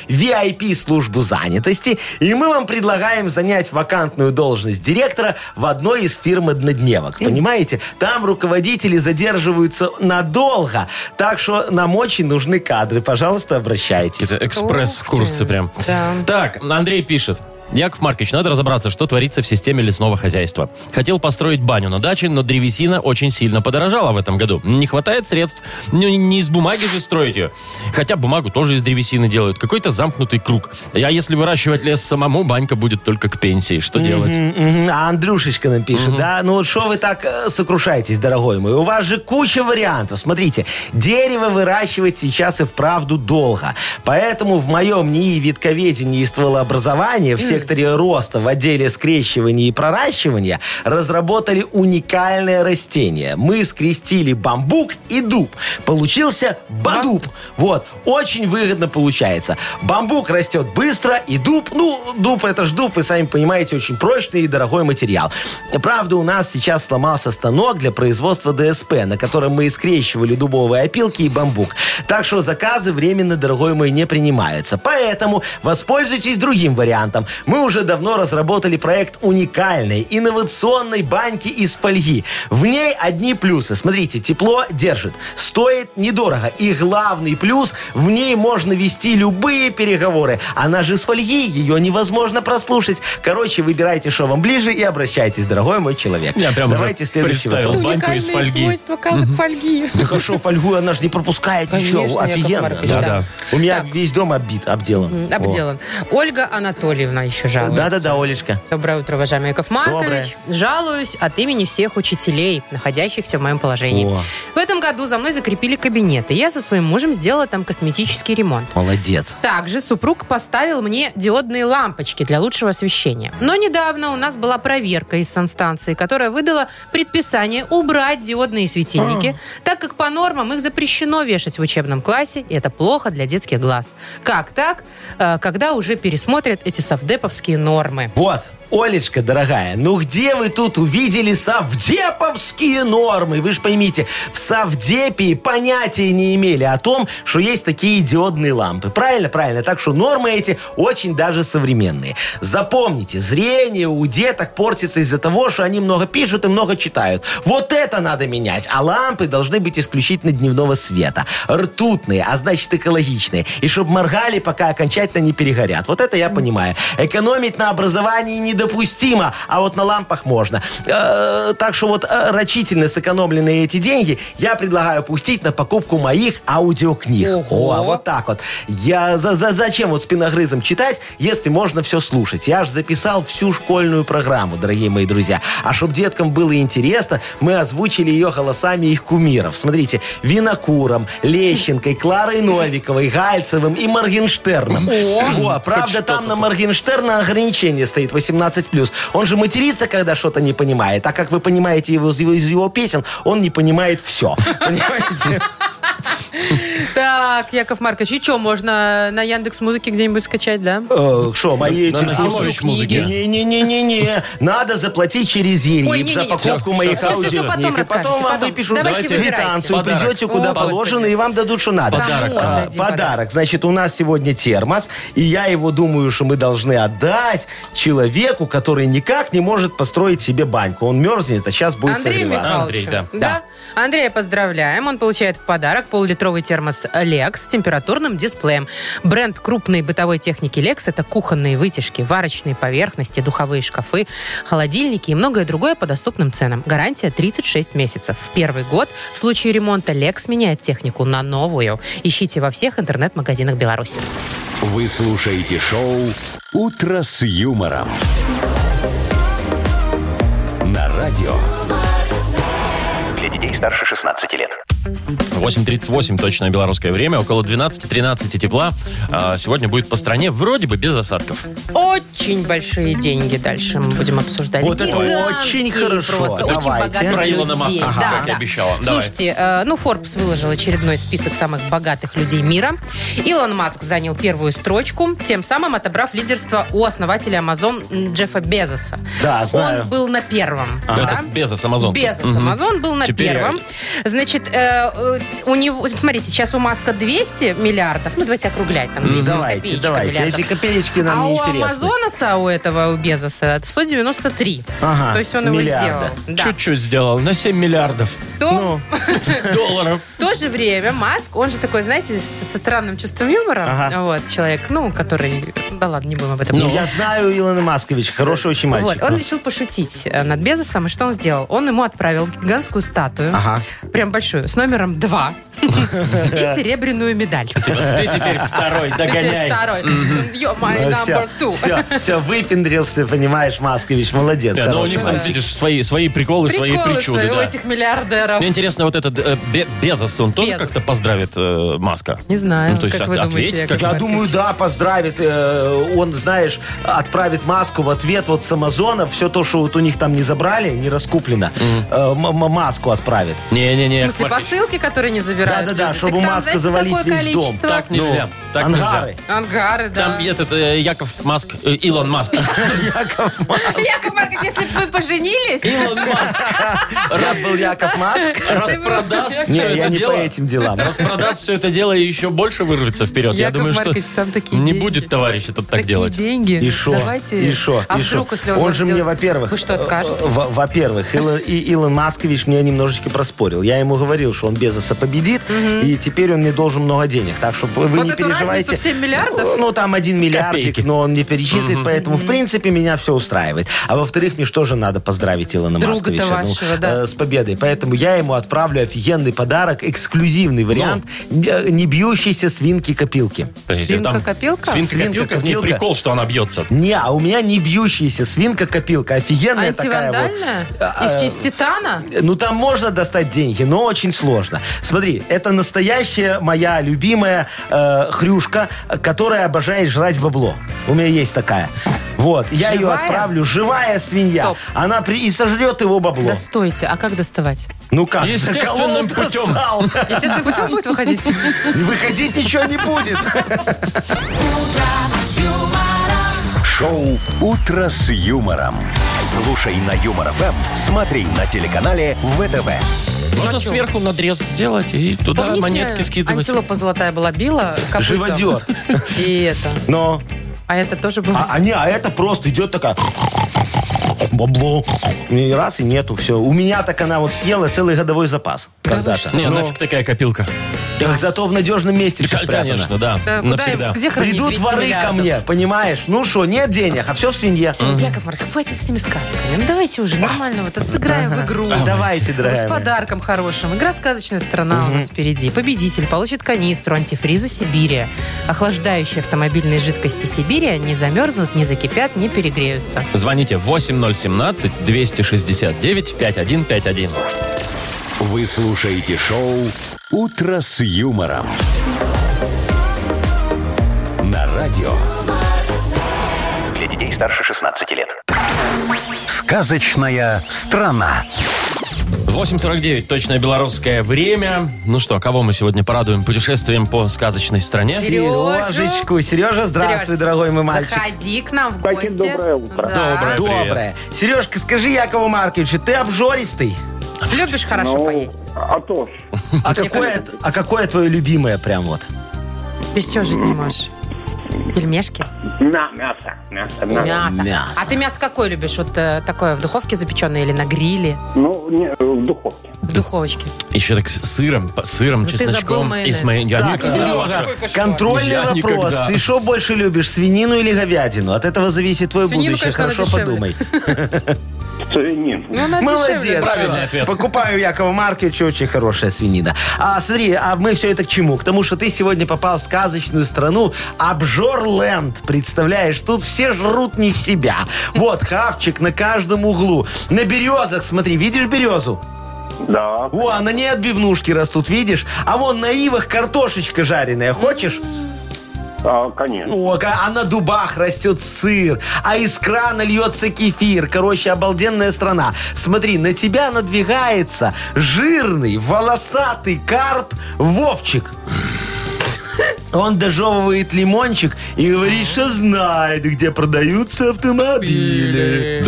C: VIP-службу занятости, и мы вам предлагаем занять вакантную должность директора в одной из фирм однодневок. Понимаете? Там руководители задерживаются надолго, так что нам очень нужны кадры. Пожалуйста, обращайтесь.
B: Какие-то экспресс-курсы
D: Ух ты.
B: прям.
D: Да.
B: Так, Андрей пишет. Яков Маркович, надо разобраться, что творится в системе лесного хозяйства. Хотел построить баню на даче, но древесина очень сильно подорожала в этом году. Не хватает средств. Ну, не из бумаги же строить ее. Хотя бумагу тоже из древесины делают. Какой-то замкнутый круг. А если выращивать лес самому, банька будет только к пенсии. Что делать?
C: Мгм, мгм. А Андрюшечка нам пишет, да? Ну вот что вы так э, сокрушаетесь, дорогой мой? У вас же куча вариантов. Смотрите, дерево выращивать сейчас и вправду долго. Поэтому в моем НИИ ветковедении и стволообразования в секторе роста в отделе скрещивания и проращивания разработали уникальное растение. Мы скрестили бамбук и дуб. Получился бадуб. Вот. Очень выгодно получается. Бамбук растет быстро, и дуб, ну, дуб это ж дуб, вы сами понимаете, очень прочный и дорогой материал. Правда, у нас сейчас сломался станок для производства ДСП, на котором мы и скрещивали дубовые опилки и бамбук. Так что заказы временно, дорогой мой, не принимаются. Поэтому воспользуйтесь другим вариантом. Мы уже давно разработали проект уникальной, инновационной баньки из фольги. В ней одни плюсы. Смотрите, тепло держит, стоит недорого. И главный плюс, в ней можно вести любые переговоры. Она же из фольги, ее невозможно прослушать. Короче, выбирайте, что вам ближе и обращайтесь, дорогой мой человек.
B: Я прям уже
C: Давайте следующий
B: представил.
C: вопрос.
B: баньку из фольги.
D: свойства каз- фольги.
C: Так а что, фольгу она же не пропускает ничего.
D: Яков
C: Офигенно.
D: Маркович,
B: да.
D: да.
C: У меня
D: Так.
C: весь дом оббит, обделан.
D: М, Обделан. О. Ольга Анатольевна еще
C: О.
D: жалуется.
C: Да-да-да, Олечка.
D: Доброе утро, уважаемый Яков Маркович. Жалуюсь от имени всех учителей, находящихся в моем положении.
C: О.
D: В этом году за мной закрепили кабинет, и я со своим мужем сделала там косметический ремонт.
C: Молодец.
D: Также супруг поставил мне диодные лампочки для лучшего освещения. Но недавно у нас была проверка из санстанции, которая выдала предписание убрать диодные светильники, так как по нормам их запрещено вешать в учебном классе, и это плохо для детских глаз. Как так, Э, когда уже пересмотрят эти совдеповские нормы?
C: Вот, Олечка, дорогая, ну где вы тут увидели совдеповские нормы? Вы же поймите, в Совдепе и понятия не имели о том, что есть такие диодные лампы. Правильно, правильно. Так что нормы эти очень даже современные. Запомните, зрение у деток портится из-за того, что они много пишут и много читают. Вот это надо менять. А лампы должны быть исключительно дневного света. Ртутные, а значит экологичные. И чтобы моргали, пока окончательно не перегорят. Вот это я понимаю. Экономить на образовании недопустимо, а вот на лампах можно. Э, так что вот э, рачительно сэкономленные эти деньги я предлагаю пустить на покупку моих аудиокниг.
D: Ого.
C: О, а вот так вот. Я за, за- зачем вот спиногрызом читать, если можно все слушать? Я же записал всю школьную программу, дорогие мои друзья. А чтобы деткам было интересно, мы озвучили ее голосами их кумиров. Смотрите, Винокуром, Лещенкой, Кларой Новиковой, Гальцевым и Моргенштерном. Во, правда, там на Моргенштерна ограничение стоит 18+. Он же матерится, когда что-то не понимает. А как вы понимаете его, из его- из его песен, он не понимает все. Понимаете?
D: Так, Яков Маркович, и что, можно на Яндекс Музыке где-нибудь скачать, да?
C: Что, Э, мои
B: На
C: эти
B: Нахимович
D: книги.
B: музыки.
C: Не-не-не-не, надо заплатить через
D: Ой,
C: Ериб
D: не-не-не,
C: за покупку
B: всё,
C: моих
B: всё, всё, всё,
D: потом
C: аудиокниг. И
D: расскажете,
C: потом вам
D: потом.
C: выпишут
D: Давайте
C: квитанцию,
B: выбирайте.
C: придете
D: Подарок.
C: куда
D: О,
C: положено,
D: Господи.
C: и вам дадут, что надо.
B: Подарок.
D: Кому
C: А,
D: отдадим
C: Подарок. Значит, у нас сегодня термос, и я его думаю, что мы должны отдать человеку, который никак не может построить себе баньку. Он мерзнет, а сейчас будет
D: Андрею
C: согреваться.
D: Михайловичу.
B: Андрей,
D: да. Андрея поздравляем. Он получает в подарок полулитровый термос «Лекс» с температурным дисплеем. Бренд крупной бытовой техники «Лекс» — это кухонные вытяжки, варочные поверхности, духовые шкафы, холодильники и многое другое по доступным ценам. Гарантия 36 месяцев. В первый год в случае ремонта «Лекс» меняет технику на новую. Ищите во всех интернет-магазинах Беларуси.
A: Вы слушаете шоу «Утро с юмором». На радио.
E: Для детей старше 16 лет.
B: 8.38 точное белорусское время, около 12-13 тепла. А, сегодня будет по стране вроде бы без осадков.
D: Очень большие деньги дальше мы будем обсуждать.
C: Вот это
D: Гигантские
C: очень хорошо.
D: Просто очень
C: Давайте.
D: богатых
B: Про
D: людей.
B: Илона Маска,
D: Да,
B: как и
D: да.
B: обещала. Давай.
D: Слушайте, э, ну Forbes выложил очередной список самых богатых людей мира. Илон Маск занял первую строчку, тем самым отобрав лидерство у основателя Amazon м, Джеффа Безоса.
C: Да, знаю.
D: Он был на первом. да?
B: Это Безос, Амазон.
D: Безос.
B: Мгм.
D: Амазон был на
B: Теперь я-
D: первом. Значит, э, э, у него, смотрите, сейчас у Маска 200 миллиардов. Ну, давайте округлять, там 200 с
C: Давайте,
D: копеечкой
C: давайте.
D: миллиардов.
C: Эти копеечки нам
D: а
C: не
D: у
C: интересны.
D: Амазонаса, у этого, у Безоса, 193.
C: Ага,
D: То есть он его
C: миллиарда.
D: сделал. Да.
B: Чуть-чуть Ну. сделал, на 7 миллиардов
D: То
B: долларов.
D: в то же время Маск, он же такой, знаете, с- со странным чувством юмора.
C: Ага.
D: Вот, человек, ну, который... Да ладно, не будем об этом
B: Ну,
D: говорить.
C: Я знаю Илона Маскович, хороший очень мальчик. Ну,
D: Вот, он решил пошутить э, над Безосом, и что он сделал? Он ему отправил гигантскую статую,
C: Ага.
D: прям большую, с номером 2 и серебряную медаль.
B: Ты теперь второй,
D: Ты
B: догоняй.
D: Второй. You're
B: Ну,
D: my number two.
C: все, все, выпендрился, понимаешь, Маскович, молодец.
B: Да, но ну, у
C: хороший
B: них там,
C: мальчик.
B: видишь, свои, свои приколы, ну, свои
D: Приколы
B: причуды.
D: свои у
B: да.
D: этих миллиардеров.
B: Мне интересно, вот этот э, Бе- Безос, он тоже
D: Безос.
B: как-то поздравит э, Маска?
D: Не знаю,
B: Ну, то есть от-
D: как вы думаете,
B: ответь,
D: Яков
C: Я
D: Маркович?
C: думаю, да, поздравит. э, Он, знаешь, отправит маску в ответ вот с Амазона. Все то, что вот у них там не забрали, не раскуплено, э, м- м- маску отправит.
B: Не-не-не,
D: В
B: Яков
D: смысле,
B: Маркович,
D: посылки, которые не забирают
C: Да-да-да,
D: люди?
C: чтобы
D: Так там,
C: маска
D: знаете,
C: завалить
D: какое
C: весь дом.
D: количество?
B: Так нельзя. так нельзя.
C: Ну, Ангары.
D: Ангары, Ну, да.
B: Там этот э, Яков Маск, э, Илон Маск.
D: А Яков Маркович, если бы вы поженились...
B: Илон Маск
C: Раз был Яков Маск.
B: распродаст
D: Ты бы-
B: все
C: Не, я
B: это
C: не по
B: дело.
C: этим делам.
B: Распродаст все это дело и еще больше вырвется вперед. Я
D: Яков
B: думаю, что
D: Маркович, там такие
B: не
D: деньги.
B: будет товарищ этот так
D: Такие
B: делать.
D: деньги.
C: И шо?
D: Давайте.
C: И шо?
D: А
C: И шо?
D: вдруг, если он,
C: он
D: вам
C: же
D: сделает-
C: мне, во-первых...
D: Вы что,
C: э,
D: откажетесь?
C: во- Во-первых, Илон, и- Илон Маскович меня немножечко проспорил. Я ему говорил, что он Безоса победит, и теперь он мне должен много денег. Так что вы
D: Вот
C: не
D: эту
C: переживайте.
D: разницу в 7 миллиардов?
C: Ну, там один миллиардик,
B: Копейки.
C: но он не перечислит, поэтому, в принципе, меня все устраивает. А во-вторых, мне что же надо поздравить Илона
D: Друга-то
C: Масковича ну,
D: вашего, да.
C: э, с победой. Поэтому я ему отправлю офигенный подарок, эксклюзивный вариант
D: Ну.
C: не, не бьющейся свинки-копилки.
B: Подождите, там
D: Свинка-копилка?
B: Свинка-копилка, в ней
C: Свинка-копилка.
B: прикол, что она
H: Ну,
B: бьется.
C: Не, а у меня не бьющаяся свинка-копилка, офигенная такая вот.
D: Антивандальная?
C: А,
D: Из,
C: э,
D: из титана?
C: Ну, там можно достать деньги, но очень сложно. Смотри, это настоящая моя любимая э, хрюшка, которая обожает жрать бабло. У меня есть такая. Вот, я ее
D: Живая?
C: отправлю, живая свинья.
D: Стоп.
C: Она при... и сожрет его бабло.
D: Да стойте, а как доставать?
C: Ну как,
B: Естественным
C: кого он
B: путем.
C: достал?
D: Естественно, путем будет выходить.
C: Выходить ничего не будет.
A: Шоу «Утро с юмором». Слушай на Юмор ФМ, смотри на телеканале ВТВ.
H: а
B: Можно сверху надрез сделать и туда монетки
D: Помните,
B: скидывать.
D: антилопа золотая была била копытом?
C: Живодер.
D: И это.
C: Но...
D: А это тоже было...
C: А, а не, а это просто идет такая... Бабло. И раз, и нету, все. У меня так она вот съела целый годовой запас. Когда-то.
B: Не,
H: Ну.
B: нафиг такая копилка.
C: Так зато в надежном месте все спрятано.
B: Конечно, да,
D: Да, Э, куда
B: навсегда.
D: им- Где хранить
C: Придут
D: 200
C: воры ко
D: миллиардов?
C: мне, понимаешь? Ну что, нет денег, а все в свинье.
D: Всё, Яков Маркович, хватит с этими сказками. Ну, давайте уже нормально вот сыграем в игру.
C: Давайте,
D: С
C: дорогая моя.
D: подарком хорошим. Игра «Сказочная страна» у нас впереди. Победитель получит канистру антифриза «Сибирия». Охлаждающие автомобильные жидкости «Сибирия» не замерзнут, не закипят, не перегреются.
B: Звоните 8017-269-5151.
A: Вы слушаете шоу «Утро с юмором». На радио.
E: Для детей старше 16 лет.
A: Сказочная страна.
B: 8.49, точное белорусское время. Ну что, кого мы сегодня порадуем путешествием по сказочной стране?
D: Серёжа.
C: Сережечку. Сережа, здравствуй,
D: Серёж,
C: дорогой мой мальчик.
D: Заходи к нам в
G: Кстати,
D: гости.
G: доброе утро.
B: Доброе.
D: Да.
C: Доброе. Сережка, скажи Якову Марковичу, ты обжористый?
D: Любишь хорошо
G: Ну,
D: поесть?
G: А то ж.
C: А
D: Мне
C: какое,
D: кажется-
C: а какое твое любимое прям вот?
D: Без чего жить не можешь? Пельмешки?
G: На, мясо. Мясо. на.
D: Мясо.
C: мясо.
D: А ты мясо какое любишь? Вот э, такое в духовке запеченное или на гриле?
G: Ну, не, э, в духовке.
D: В духовочке.
B: Еще так с сыром, по- сыром,
D: Ну, Ты забыл
B: чесночком и
D: майонез.
B: с моей... Я
C: Так,
B: никогда
C: Сережа,
B: ваша-
C: контрольный
B: Я
C: вопрос.
B: никогда.
C: Ты что больше любишь, свинину или говядину? От этого зависит твое
D: Свинину,
C: будущее.
D: конечно, она
C: Хорошо
D: дешевле.
C: подумай.
G: Свинин.
D: Ну, она дешевле.
C: Молодец.
B: Правильный
C: Всё.
B: ответ.
C: Покупаю у Якова Марковича очень хорошая свинина. А смотри, а мы все это к чему? К тому, что ты сегодня попал в сказочную страну Обжорленд. Представляешь, тут все жрут не в себя. Вот, хавчик на каждом углу. На березах, смотри, видишь березу?
G: Да.
C: О, а на ней отбивнушки растут, видишь? А вон на ивах картошечка жареная. Хочешь?
G: А, конечно.
C: О, ка- а на дубах растет сыр, а из крана льется кефир. Короче, обалденная страна. Смотри, на тебя надвигается жирный, волосатый карп Вовчик. Он дожевывает лимончик и говорит, что знает, где продаются автомобили.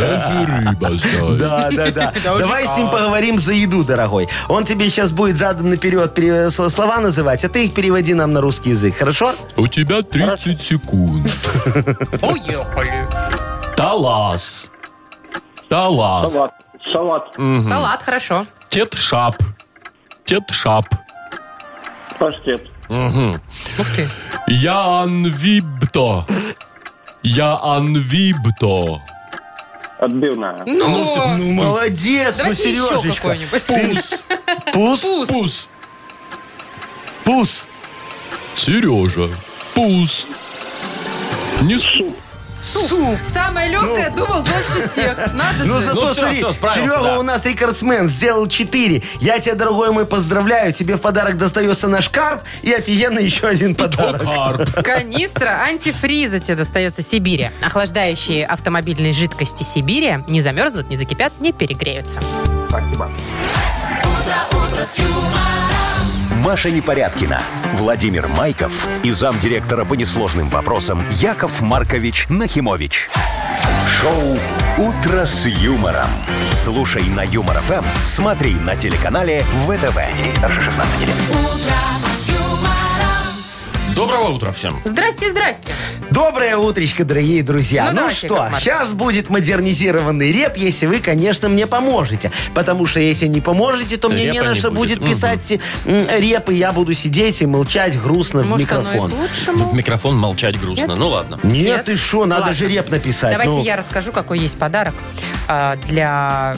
C: Да, да, да. Давай с ним поговорим за еду, дорогой. Он тебе сейчас будет задом наперед пере- сло- слова называть, а ты их переводи нам на русский язык, хорошо?
H: У тебя 30 секунд.
B: Талас. Талас.
G: Салат. Салат.
D: Салат, хорошо.
B: Тет-шап. Тет-шап.
G: Паштет.
D: Ух ты.
H: Янвибто. Янвибто.
G: Отбивная.
D: Ну,
C: Ну, молодец, ну,
D: давайте еще
C: Сережечка.
D: какой-нибудь.
C: Пус. Пус?
H: Пус.
C: Пус.
H: Сережа. Пус. Не с-
C: Суп.
D: Самое легкое думал дольше всех. Надо
C: Ну,
D: же.
C: зато,
B: Ну, всё,
C: смотри,
B: всё, справился,
C: Серега
B: да.
C: у нас рекордсмен, сделал 4. Я тебя, дорогой мой, поздравляю. Тебе в подарок достается наш карп и офигенно еще один подарок.
H: Карп.
D: Канистра антифриза тебе достается Сибири. Охлаждающие автомобильные жидкости Сибири не замерзнут, не закипят, не перегреются.
G: Спасибо.
A: Маша Непорядкина, Владимир Майков и замдиректора по несложным вопросам Яков Маркович Нахимович. Шоу «Утро с юмором». Слушай на Юмор ФМ, смотри на телеканале ВТВ. Ей старше 16 лет.
B: Доброго утра всем.
D: Здрасте, здрасте.
C: Доброе утречко, дорогие друзья.
D: Ну,
C: Ну,
D: давайте, Яков
C: что,
D: Маркович.
C: сейчас будет модернизированный реп, если вы, конечно, мне поможете. Потому что если не поможете, то мне не
B: Репа
C: на
B: не
C: что
B: будет.
C: будет писать м, реп, и я буду сидеть и молчать грустно в
D: Может, оно и
C: микрофон.
D: к
B: В
D: лучшему.
B: микрофон молчать грустно.
D: Нет.
B: Ну ладно.
C: Нет,
D: Нет?
C: ты что, надо
D: Ладно.
C: же реп написать.
D: Давайте
C: ну.
D: я расскажу, какой есть подарок а, для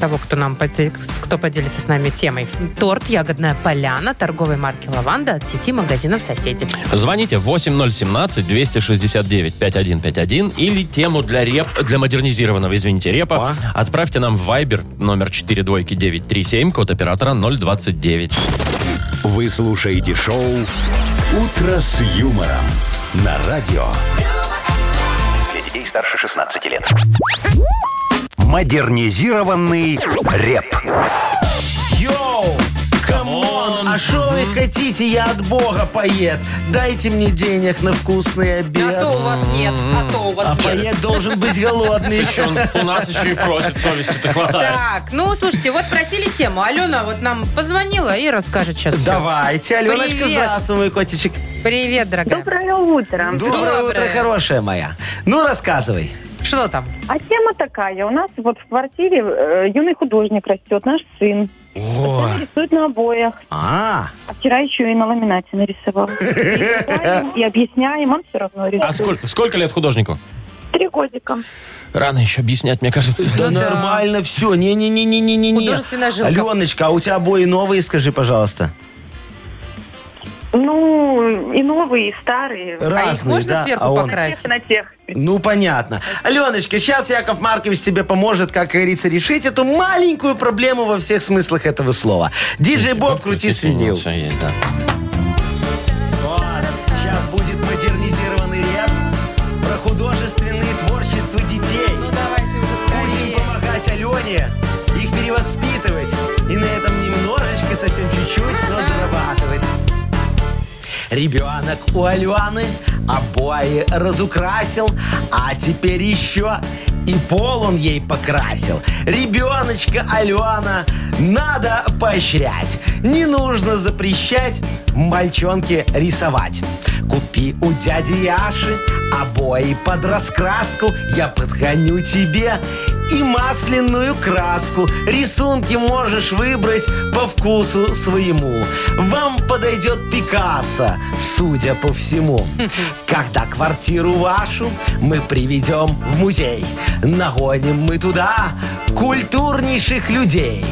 D: того, кто нам поде- кто поделится с нами темой. Торт «Ягодная поляна» торговой марки «Лаванда» от сети магазинов «Соседи».
B: Звоните 8017-269-5151 или тему для реп, для модернизированного, извините, репа отправьте нам в Viber номер 42937, код оператора 029.
A: Вы слушаете шоу «Утро с юмором» на радио
E: Для детей старше 16 лет.
A: «Модернизированный реп».
C: Йоу! Камон! А что вы хотите? Я от Бога поед. Дайте мне денег на вкусный
D: А
C: обед.
D: то у вас нет, а то у
C: А
D: вас нет.
C: поед должен быть голодный.
B: У нас еще и просит совести-то хватает.
D: Так, ну слушайте, вот просили тему. Алена вот нам позвонила и расскажет сейчас. всё.
C: Давайте, Аленочка,
D: Привет.
C: здравствуй, мой котичек.
D: Привет, дорогая.
I: Доброе утро.
C: Доброе утро, хорошая моя. Ну, рассказывай.
D: Что там?
I: А тема такая. У нас вот в квартире э, юный художник растет, наш сын.
C: О,
I: Рисует на обоях.
C: а,
I: А вчера еще и на ламинате нарисовал. И читаем, И объясняем, он все равно
B: А
I: рисует.
B: сколько, сколько лет художнику?
I: Три годика.
B: Рано еще объяснять, мне кажется.
C: да нормально все. Не-не-не-не-не-не.
D: Художественная жилка.
C: Аленочка, а у тебя обои новые, скажи, пожалуйста.
I: Ну, и новые, и старые.
D: а их
C: Разные,
D: можно
C: да?
D: сверху
C: а он-
D: покрасить?
I: Всех на тех.
C: Ну, понятно. Аленочка, сейчас Яков Маркович тебе поможет, как говорится, решить эту маленькую проблему во всех смыслах этого слова. Диджей Боб, крути свинил.
B: ну, Всё есть, да.
C: Сейчас будет модернизированный реп про художественные творчества детей.
D: Ну давайте уже
C: Будем
D: скорее.
C: помогать Алене их перевоспитывать И на этом немножечко, совсем чуть-чуть, но зарабатывать. Ребенок у Алены обои разукрасил, а теперь еще и пол он ей покрасил. Ребеночка Алена надо поощрять. Не нужно запрещать мальчонке рисовать. Купи у дяди Яши обои под раскраску. Я подгоню тебе и масляную краску. Рисунки можешь выбрать по вкусу своему. Вам подойдет Пикассо, судя по всему. Когда квартиру вашу мы приведем в музей, нагоним мы туда культурнейших людей.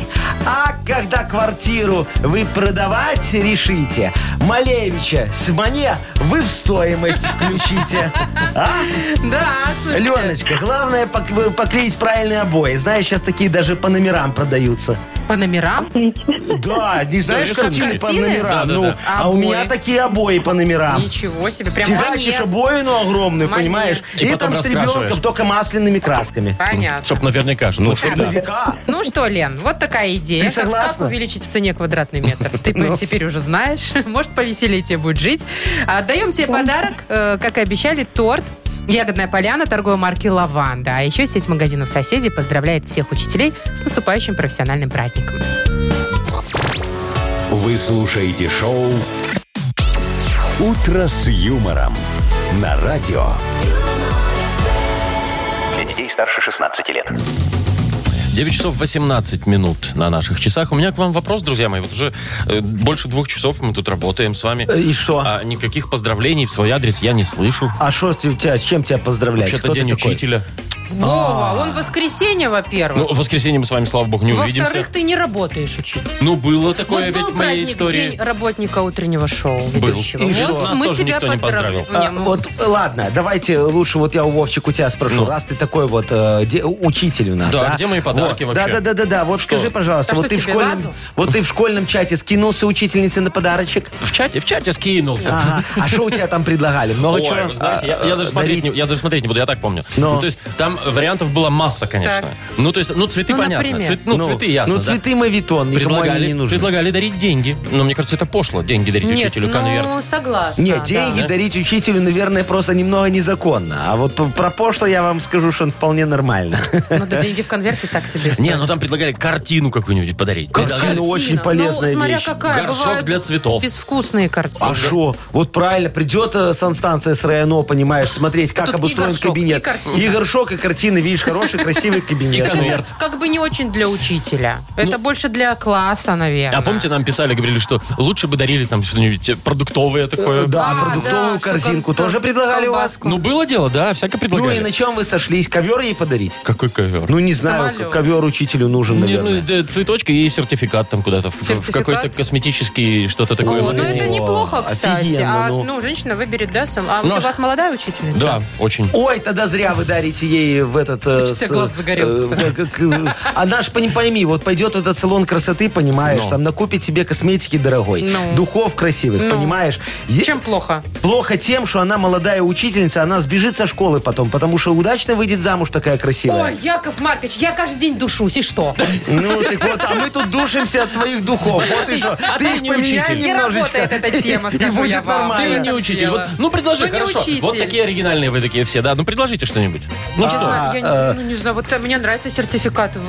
C: А когда квартиру вы продавать решите, Малевича с Мане вы в стоимость включите. А?
D: Да, слушайте.
C: Леночка, главное пок- поклеить правильные обои. Знаешь, сейчас такие даже по номерам продаются.
D: По номерам?
C: Да, не знаешь,
B: рисунки.
C: картины по
D: Картины?
C: номерам.
B: Да-да-да.
C: Ну, а у
D: Обои.
C: меня такие обои по номерам.
D: Ничего себе, прям
C: Фигачишь
D: манер.
C: обоину огромную,
D: Манер.
C: понимаешь?
B: И
C: И,
B: потом
C: там с
B: раскрашиваешь.
C: ребенком только масляными красками.
D: Понятно.
B: Чтоб наверняка, чтобы
C: чтоб
B: всегда.
C: на века.
D: Ну что, Лен, вот такая идея.
C: Ты
D: Как- Как,
C: согласна?
D: увеличить в цене квадратный метр? Ты
B: Ну.
D: по- теперь уже знаешь. Может, повеселее тебе будет жить. Отдаем тебе подарок, э, как и обещали, торт. Ягодная поляна торговой марки «Лаванда». А еще сеть магазинов «Соседи» поздравляет всех учителей с наступающим профессиональным праздником.
A: Вы слушаете шоу «Утро с юмором» на радио.
E: Для детей старше 16 лет.
B: 9 часов 18 минут на наших часах. У меня к вам вопрос, друзья мои. Вот уже э, больше двух часов мы тут работаем с вами.
C: Э, И что?
B: А никаких поздравлений в свой адрес я не слышу.
C: А что с- у тебя, с чем тебя поздравлять?
B: Вообще-то
C: Кто
B: день
C: ты такой?
B: учителя.
D: Вова, он воскресенье, во-первых.
B: А. Ну, в воскресенье мы с вами, слава богу, не увидимся.
D: Во-вторых, ты не работаешь учить.
B: Ну, было
D: Вот
B: такое ведь
D: был
B: в моей
D: праздник,
B: истории.
D: день работника утреннего шоу ведущего.
B: И
D: Вот
B: что? Нас
D: мы
B: тоже
D: тебя
B: никто не поздравил.
D: поздравим. Не,
C: А,
D: ну,
C: вот, э, ладно, давайте лучше вот я у Вовчик у тебя спрошу,
B: Ну.
C: раз ты такой вот э, де- учитель у нас,
B: Да,
C: да?
B: где мои подарки
C: Вот.
B: вообще?
C: Да, да, да, да, да. Вот скажи, пожалуйста,
D: А
C: вот
D: что,
C: ты в
D: тебе
C: школьном,
D: вазу?
C: вот ты в школьном чате скинулся учительнице на подарочек?
B: В чате, в чате скинулся.
C: Ага. А что у тебя там предлагали? Много
B: Ой,
C: чего?
B: вы знаете, я, я
C: а,
B: даже смотреть
C: дарить?
B: не, я даже смотреть не буду, я так помню.
C: Но.
B: Ну, то есть там вариантов была масса, конечно.
D: Так.
B: Ну, то есть, ну, цветы
D: Ну,
B: понятно.
D: например.
B: Цвет- ну, цветы ясно.
C: Ну,
B: да.
C: цветы мавитон, никому они не
B: Предлагали,
C: нужны.
B: предлагали дарить деньги. Но мне кажется, это пошло. Деньги дарить
D: Нет,
B: учителю, конверт.
D: ну, согласна.
C: Нет, деньги
B: Да.
C: дарить учителю, наверное, просто немного незаконно. А вот п- про пошло я вам скажу, что он вполне нормально.
D: да. Ну, да деньги в конверте так себе.
B: Не, ну там предлагали картину какую-нибудь подарить. Предлагали
C: Картину. ну, очень полезная
D: ну, смотря
C: вещь.
D: какая,
B: Горшок
D: бывают
B: для цветов.
D: безвкусные
C: А
D: картины.
C: что? Вот правильно, придет э, санстанция с РайОНО, понимаешь, смотреть, как
D: Тут и
C: обустроен
D: горшок,
C: кабинет.
D: и картина.
C: и горшок, и картины, видишь, хороший, красивый кабинет.
B: И конверт.
D: Это как бы не очень для учителя. Это больше для класса, наверное.
B: А помните, нам писали, говорили, что лучше бы дарили там что-нибудь э, продуктовое такое.
C: Да,
D: А,
C: продуктовую
D: да, что
C: корзинку
D: кон- кон-
C: тоже предлагали у вас.
D: колбаску.
B: Ну, было дело, да, всякое
C: Ну
B: предлагали.
C: и на чем вы сошлись? Ковер ей подарить?
B: Какой ковер?
C: Ну, не знаю,
D: Самолет.
C: ковер учителю нужен,
B: Не, ну,
C: наверное.
B: да, цветочки и сертификат там куда-то. в- В,
D: Сертификат?
B: какой-то косметический что-то такое.
D: О, ну
B: магазин.
D: это неплохо, кстати.
C: офигенно,
D: а,
C: ну.
D: ну. женщина выберет, да, сам. А
B: Ну,
D: у
B: а
D: вас молодая учительница?
B: Да, очень.
C: Ой, тогда зря вы дарите ей в этот... э,
D: Чё у тебя глаз загорелся?
C: э, как- э, Она ж, пони- пойми, вот пойдет в этот салон красоты, понимаешь,
B: Ну.
C: там накупит себе косметики дорогой,
D: Ну.
C: духов красивых,
D: Ну.
C: понимаешь. Е-
D: Чем плохо?
C: Плохо тем, что она молодая учительница, она сбежит со школы потом, потому что удачно выйдет замуж такая красивая.
D: Ой, Яков Маркович, я каждый день душусь, и что?
C: Ну, так вот, а мы тут душимся от твоих духов. Вот и что.
B: А ты
C: Ты их
B: не
C: поменяй
B: учитель.
D: Не
C: немножечко.
D: работает эта тема,
C: И
D: скажу я
C: будет
D: вам.
B: Ты
C: нормально.
B: не
D: Понятное
B: учитель.
D: дело.
B: Вот, ну, предложи,
D: Вы не
B: хорошо.
D: учитель.
B: Вот такие оригинальные вы такие все, да. Ну, предложите что-нибудь. Ну,
D: Я
B: что?
D: знаю, я не- ну, не знаю, вот э, мне нравится сертификат в,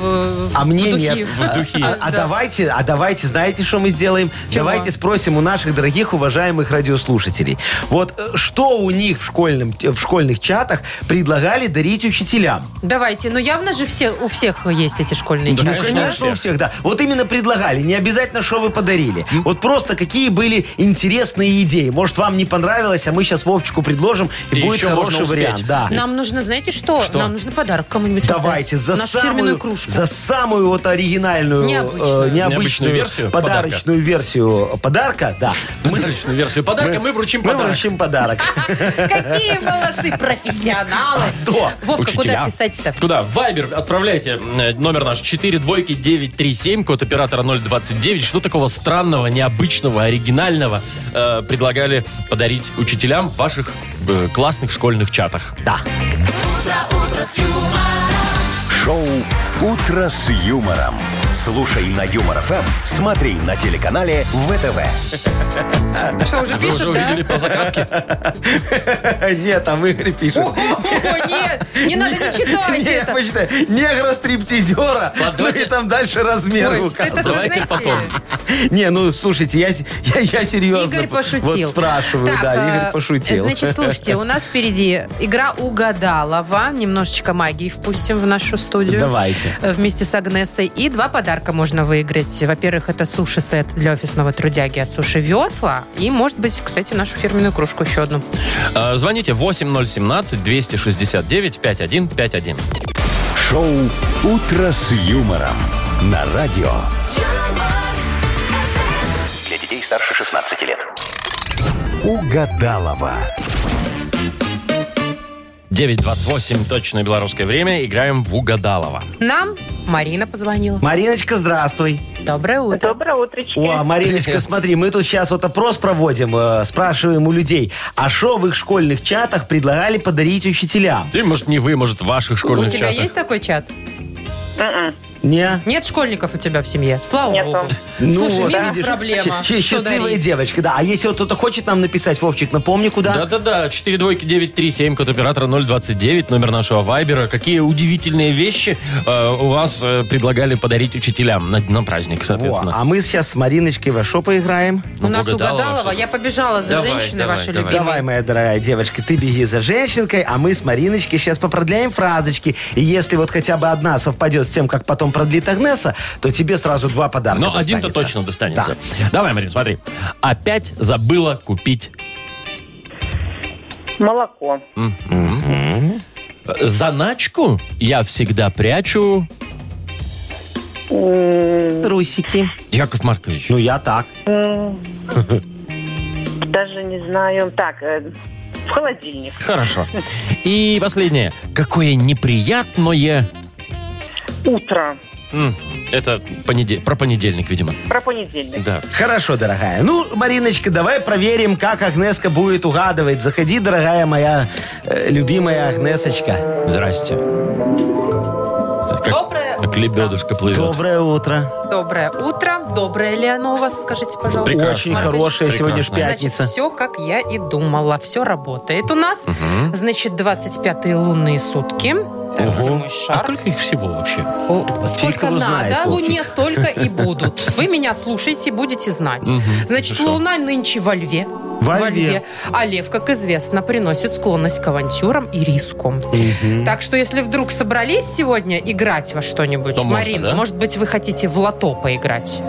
D: в-
C: А мне
D: в духе.
C: нет.
B: В духе.
C: А, а
D: Да.
C: давайте, а давайте, знаете, что мы сделаем?
D: Чего?
C: Давайте спросим у наших дорогих, уважаемых радиослушателей. Вот э, что у них в, школьном, в школьных чатах предлагали дарить учителям?
D: Давайте, но явно же все, у всех есть эти школьные
B: Да,
D: чашки.
C: Ну, конечно, у всех, да. Вот именно предлагали. Не обязательно, что вы подарили. Вот просто какие были интересные идеи. Может, вам не понравилось, а мы сейчас Вовчику предложим, и,
B: И
C: будет
B: еще можно
C: хороший
B: успеть.
C: вариант. Да.
D: Нам нужно, знаете что?
B: Что?
D: Нам нужно подарок кому-нибудь
C: Давайте
D: отдать.
C: за
D: Нашу
C: самую,
D: фирменную кружку.
C: за самую вот оригинальную,
D: Необычную.
C: э,
B: Необычную
C: необычную,
B: версию
C: подарочную версию подарка, да, мы,
B: Подарочную версию подарка мы вручим
C: мы
B: подарок.
C: вручим подарок.
D: Какие молодцы, профессионалы.
C: Кто?
D: Вовка,
B: Учителя.
D: куда писать-то?
B: Куда? В Вайбер отправляйте э, номер наш 4 двойки 937, код оператора 029. Что такого странного, необычного, оригинального э, предлагали подарить учителям в ваших э, классных школьных чатах?
C: Да.
A: Шоу «Утро с юмором». Слушай на Юмор ФМ, смотри на телеканале ВТВ.
D: Что, уже
B: Вы уже
D: пишут, да?
B: увидели по закатке?
C: Нет, там Игорь пишет.
D: О, нет, не надо, не читайте
C: Нет,
D: это.
C: почитай. Негра-стриптизера.
B: Под-
C: Ну и там дальше размеры
D: Ой,
C: указаны.
D: это,
B: Давайте
D: знаете,
B: потом.
C: Не, ну слушайте, я, я, я серьезно.
D: Игорь пошутил.
C: Вот спрашиваю,
D: Так,
C: да,
D: э,
C: Игорь пошутил.
D: Значит, слушайте, у нас впереди игра «Угадалова». Немножечко магии впустим в нашу студию.
C: Давайте.
D: Э, Вместе с Агнесой. И два подарка можно выиграть. Во-первых, это суши-сет для офисного трудяги от Суши Весла. И, может быть, кстати, нашу фирменную кружку еще одну.
B: Э, Звоните 8017-269-5151.
A: Шоу «Утро с юмором» на радио.
E: Для детей старше 16 лет.
A: Угадалова.
B: 9.28, точное белорусское время. Играем в Угадалова.
D: Нам Марина позвонила.
C: Мариночка, здравствуй.
D: Доброе утро.
I: Доброе утречки.
C: О, а Мариночка, смотри, мы тут сейчас вот опрос проводим, э, спрашиваем у людей, а что в их школьных чатах предлагали подарить учителям?
B: Ты, может, не вы, может, в ваших
D: У
B: школьных
D: тебя
B: чатах.
D: есть такой чат?
I: Мгм.
C: Не?
D: Нет школьников у тебя в семье? Слава
I: Нету.
D: богу. Слушай, видишь, проблема.
C: Ну щ- щ-
D: Что
C: счастливая
D: дарить?
C: девочка, да. А если вот кто-то хочет нам написать, Вовчик, напомни, куда?
B: Да-да-да, 4 двойки 937, код оператора 029, номер нашего вайбера. Какие удивительные вещи э, у вас э, предлагали подарить учителям на, на праздник,
C: Во,
B: соответственно.
C: а мы сейчас с Мариночкой во что поиграем?
B: Ну,
D: У нас
B: угадалово,
D: угадалова.
B: что-то.
D: Я побежала за
B: Давай,
D: женщиной
B: давай,
D: вашей
B: давай.
D: любимой.
C: Давай, моя дорогая девочка, ты беги за женщинкой, а мы с Мариночкой сейчас попродляем фразочки. И если вот хотя бы одна совпадет с тем, как потом продлит Агнеса, то тебе сразу два подарка
B: Но один-то
C: достанется.
B: точно достанется. Давай, Марин, смотри. Опять забыла купить
I: Молоко.
B: э, заначку. Я всегда прячу...
C: Трусики.
B: Яков Маркович.
C: Ну, я так.
I: Даже не знаю. Так, э, в холодильник.
B: Хорошо. И последнее. Какое неприятное...
I: Утро.
B: М, Это понеде- про понедельник, видимо.
I: Про понедельник.
B: Да.
C: Хорошо, дорогая. Ну, Мариночка, давай проверим, как Агнеска будет угадывать. Заходи, дорогая моя э, любимая Агнесочка.
B: Здрасте. Как,
D: Доброе
B: как лебедушка плывет.
C: Доброе утро.
D: Доброе утро. Доброе ли оно у вас, скажите, пожалуйста.
B: Прекрасно.
C: Очень
D: Маркович?
C: хорошая сегодня ж
B: Прекрасно.
C: пятница.
D: Значит, все, как я и думала. Все работает у нас. Значит, 25-е лунные сутки. Так, где мой шар?
B: А сколько их всего вообще?
D: О, сколько
C: его
D: надо, а
C: знает, Вовчик.
D: Луне столько и будут. Вы меня слушаете, будете знать. Значит, Луна нынче во льве.
C: Во льве.
D: А лев, как известно, приносит склонность к авантюрам и риску. Так что, если вдруг собрались сегодня играть во что-нибудь,
B: То можно,
D: Марина,
B: да?
D: может быть, вы хотите в лото поиграть?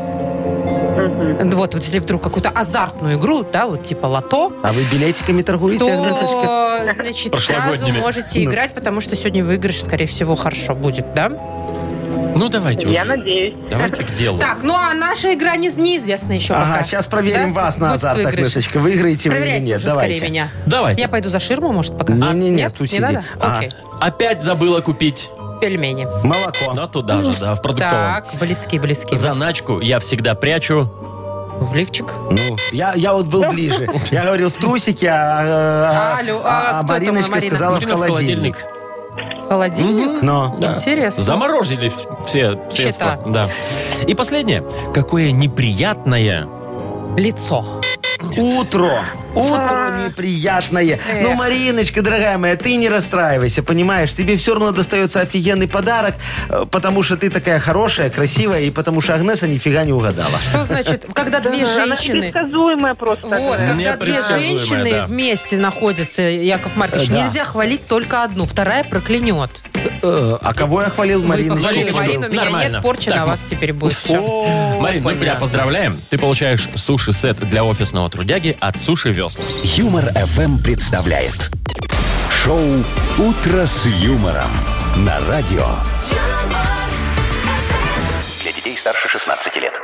D: Вот, вот если вдруг какую-то азартную игру, да, вот типа лото,
C: А вы билетиками торгуете, Агнесочка?
D: то, значит, сразу
B: Прошлогодними.
D: можете
C: Ну.
D: играть, потому что сегодня выигрыш, скорее всего, хорошо будет, да?
B: Ну, давайте
I: Я
B: уже.
I: надеюсь.
B: Давайте к делу.
D: Так, ну а наша игра не, неизвестна еще
C: Ага,
D: пока.
C: сейчас проверим
D: Да?
C: вас на
D: Будет
C: азарт,
D: выигрыш.
C: Агнесочка. Выиграете вы или
D: Проверяйте
C: нет?
D: уже
C: Давайте.
D: скорее меня.
B: Давайте.
D: Я пойду за ширму, может, пока?
C: Не-не-не,
D: Нет?
C: тут
D: не
C: сиди.
D: надо?
C: А.
D: Окей,
B: Опять забыла купить.
D: пельмени.
C: Молоко.
B: Да, туда же, да, в продуктовом.
D: Так, близки, близки.
B: Заначку я всегда прячу.
D: Вливчик.
C: Ну, я, я вот был ближе. Я говорил в трусике, а, а,
D: Алло, а
C: а
D: кто там,
C: Мариночка
D: Марина?
C: сказала
B: Марина,
C: в холодильник.
D: Холодильник.
C: Но.
B: Да.
D: Интересно.
B: Заморозили в- все средства. Да. И последнее. Какое неприятное...
D: Лицо.
C: Утро. Утро неприятное.
D: А. Эх.
C: Ну, Мариночка, дорогая моя, ты не расстраивайся, понимаешь? Тебе все равно достается офигенный подарок, э, потому что ты такая хорошая, красивая, и потому что Агнеса нифига не угадала.
D: Что значит, когда две
I: Она
D: женщины...
I: предсказуемая просто.
D: Вот, когда две
B: Непредсказуемая,
D: женщины
B: да.
D: вместе находятся, Яков Маркович,
C: Э, да.
D: нельзя хвалить только одну, вторая проклянет.
C: Э, А кого я хвалил?
D: Вы
C: Мариночку.
D: похвалили
B: Мариночку.
D: Марину, меня
B: Нормально.
D: нет, порча
B: Так,
D: на вас теперь будет. Всё.
C: О,
B: Марин, мы тебя поздравляем. Ты получаешь суши-сет для офисного трудяги от Суши Весла.
A: Юмор ФМ представляет. Шоу «Утро с юмором» на радио.
E: Для детей старше 16 лет.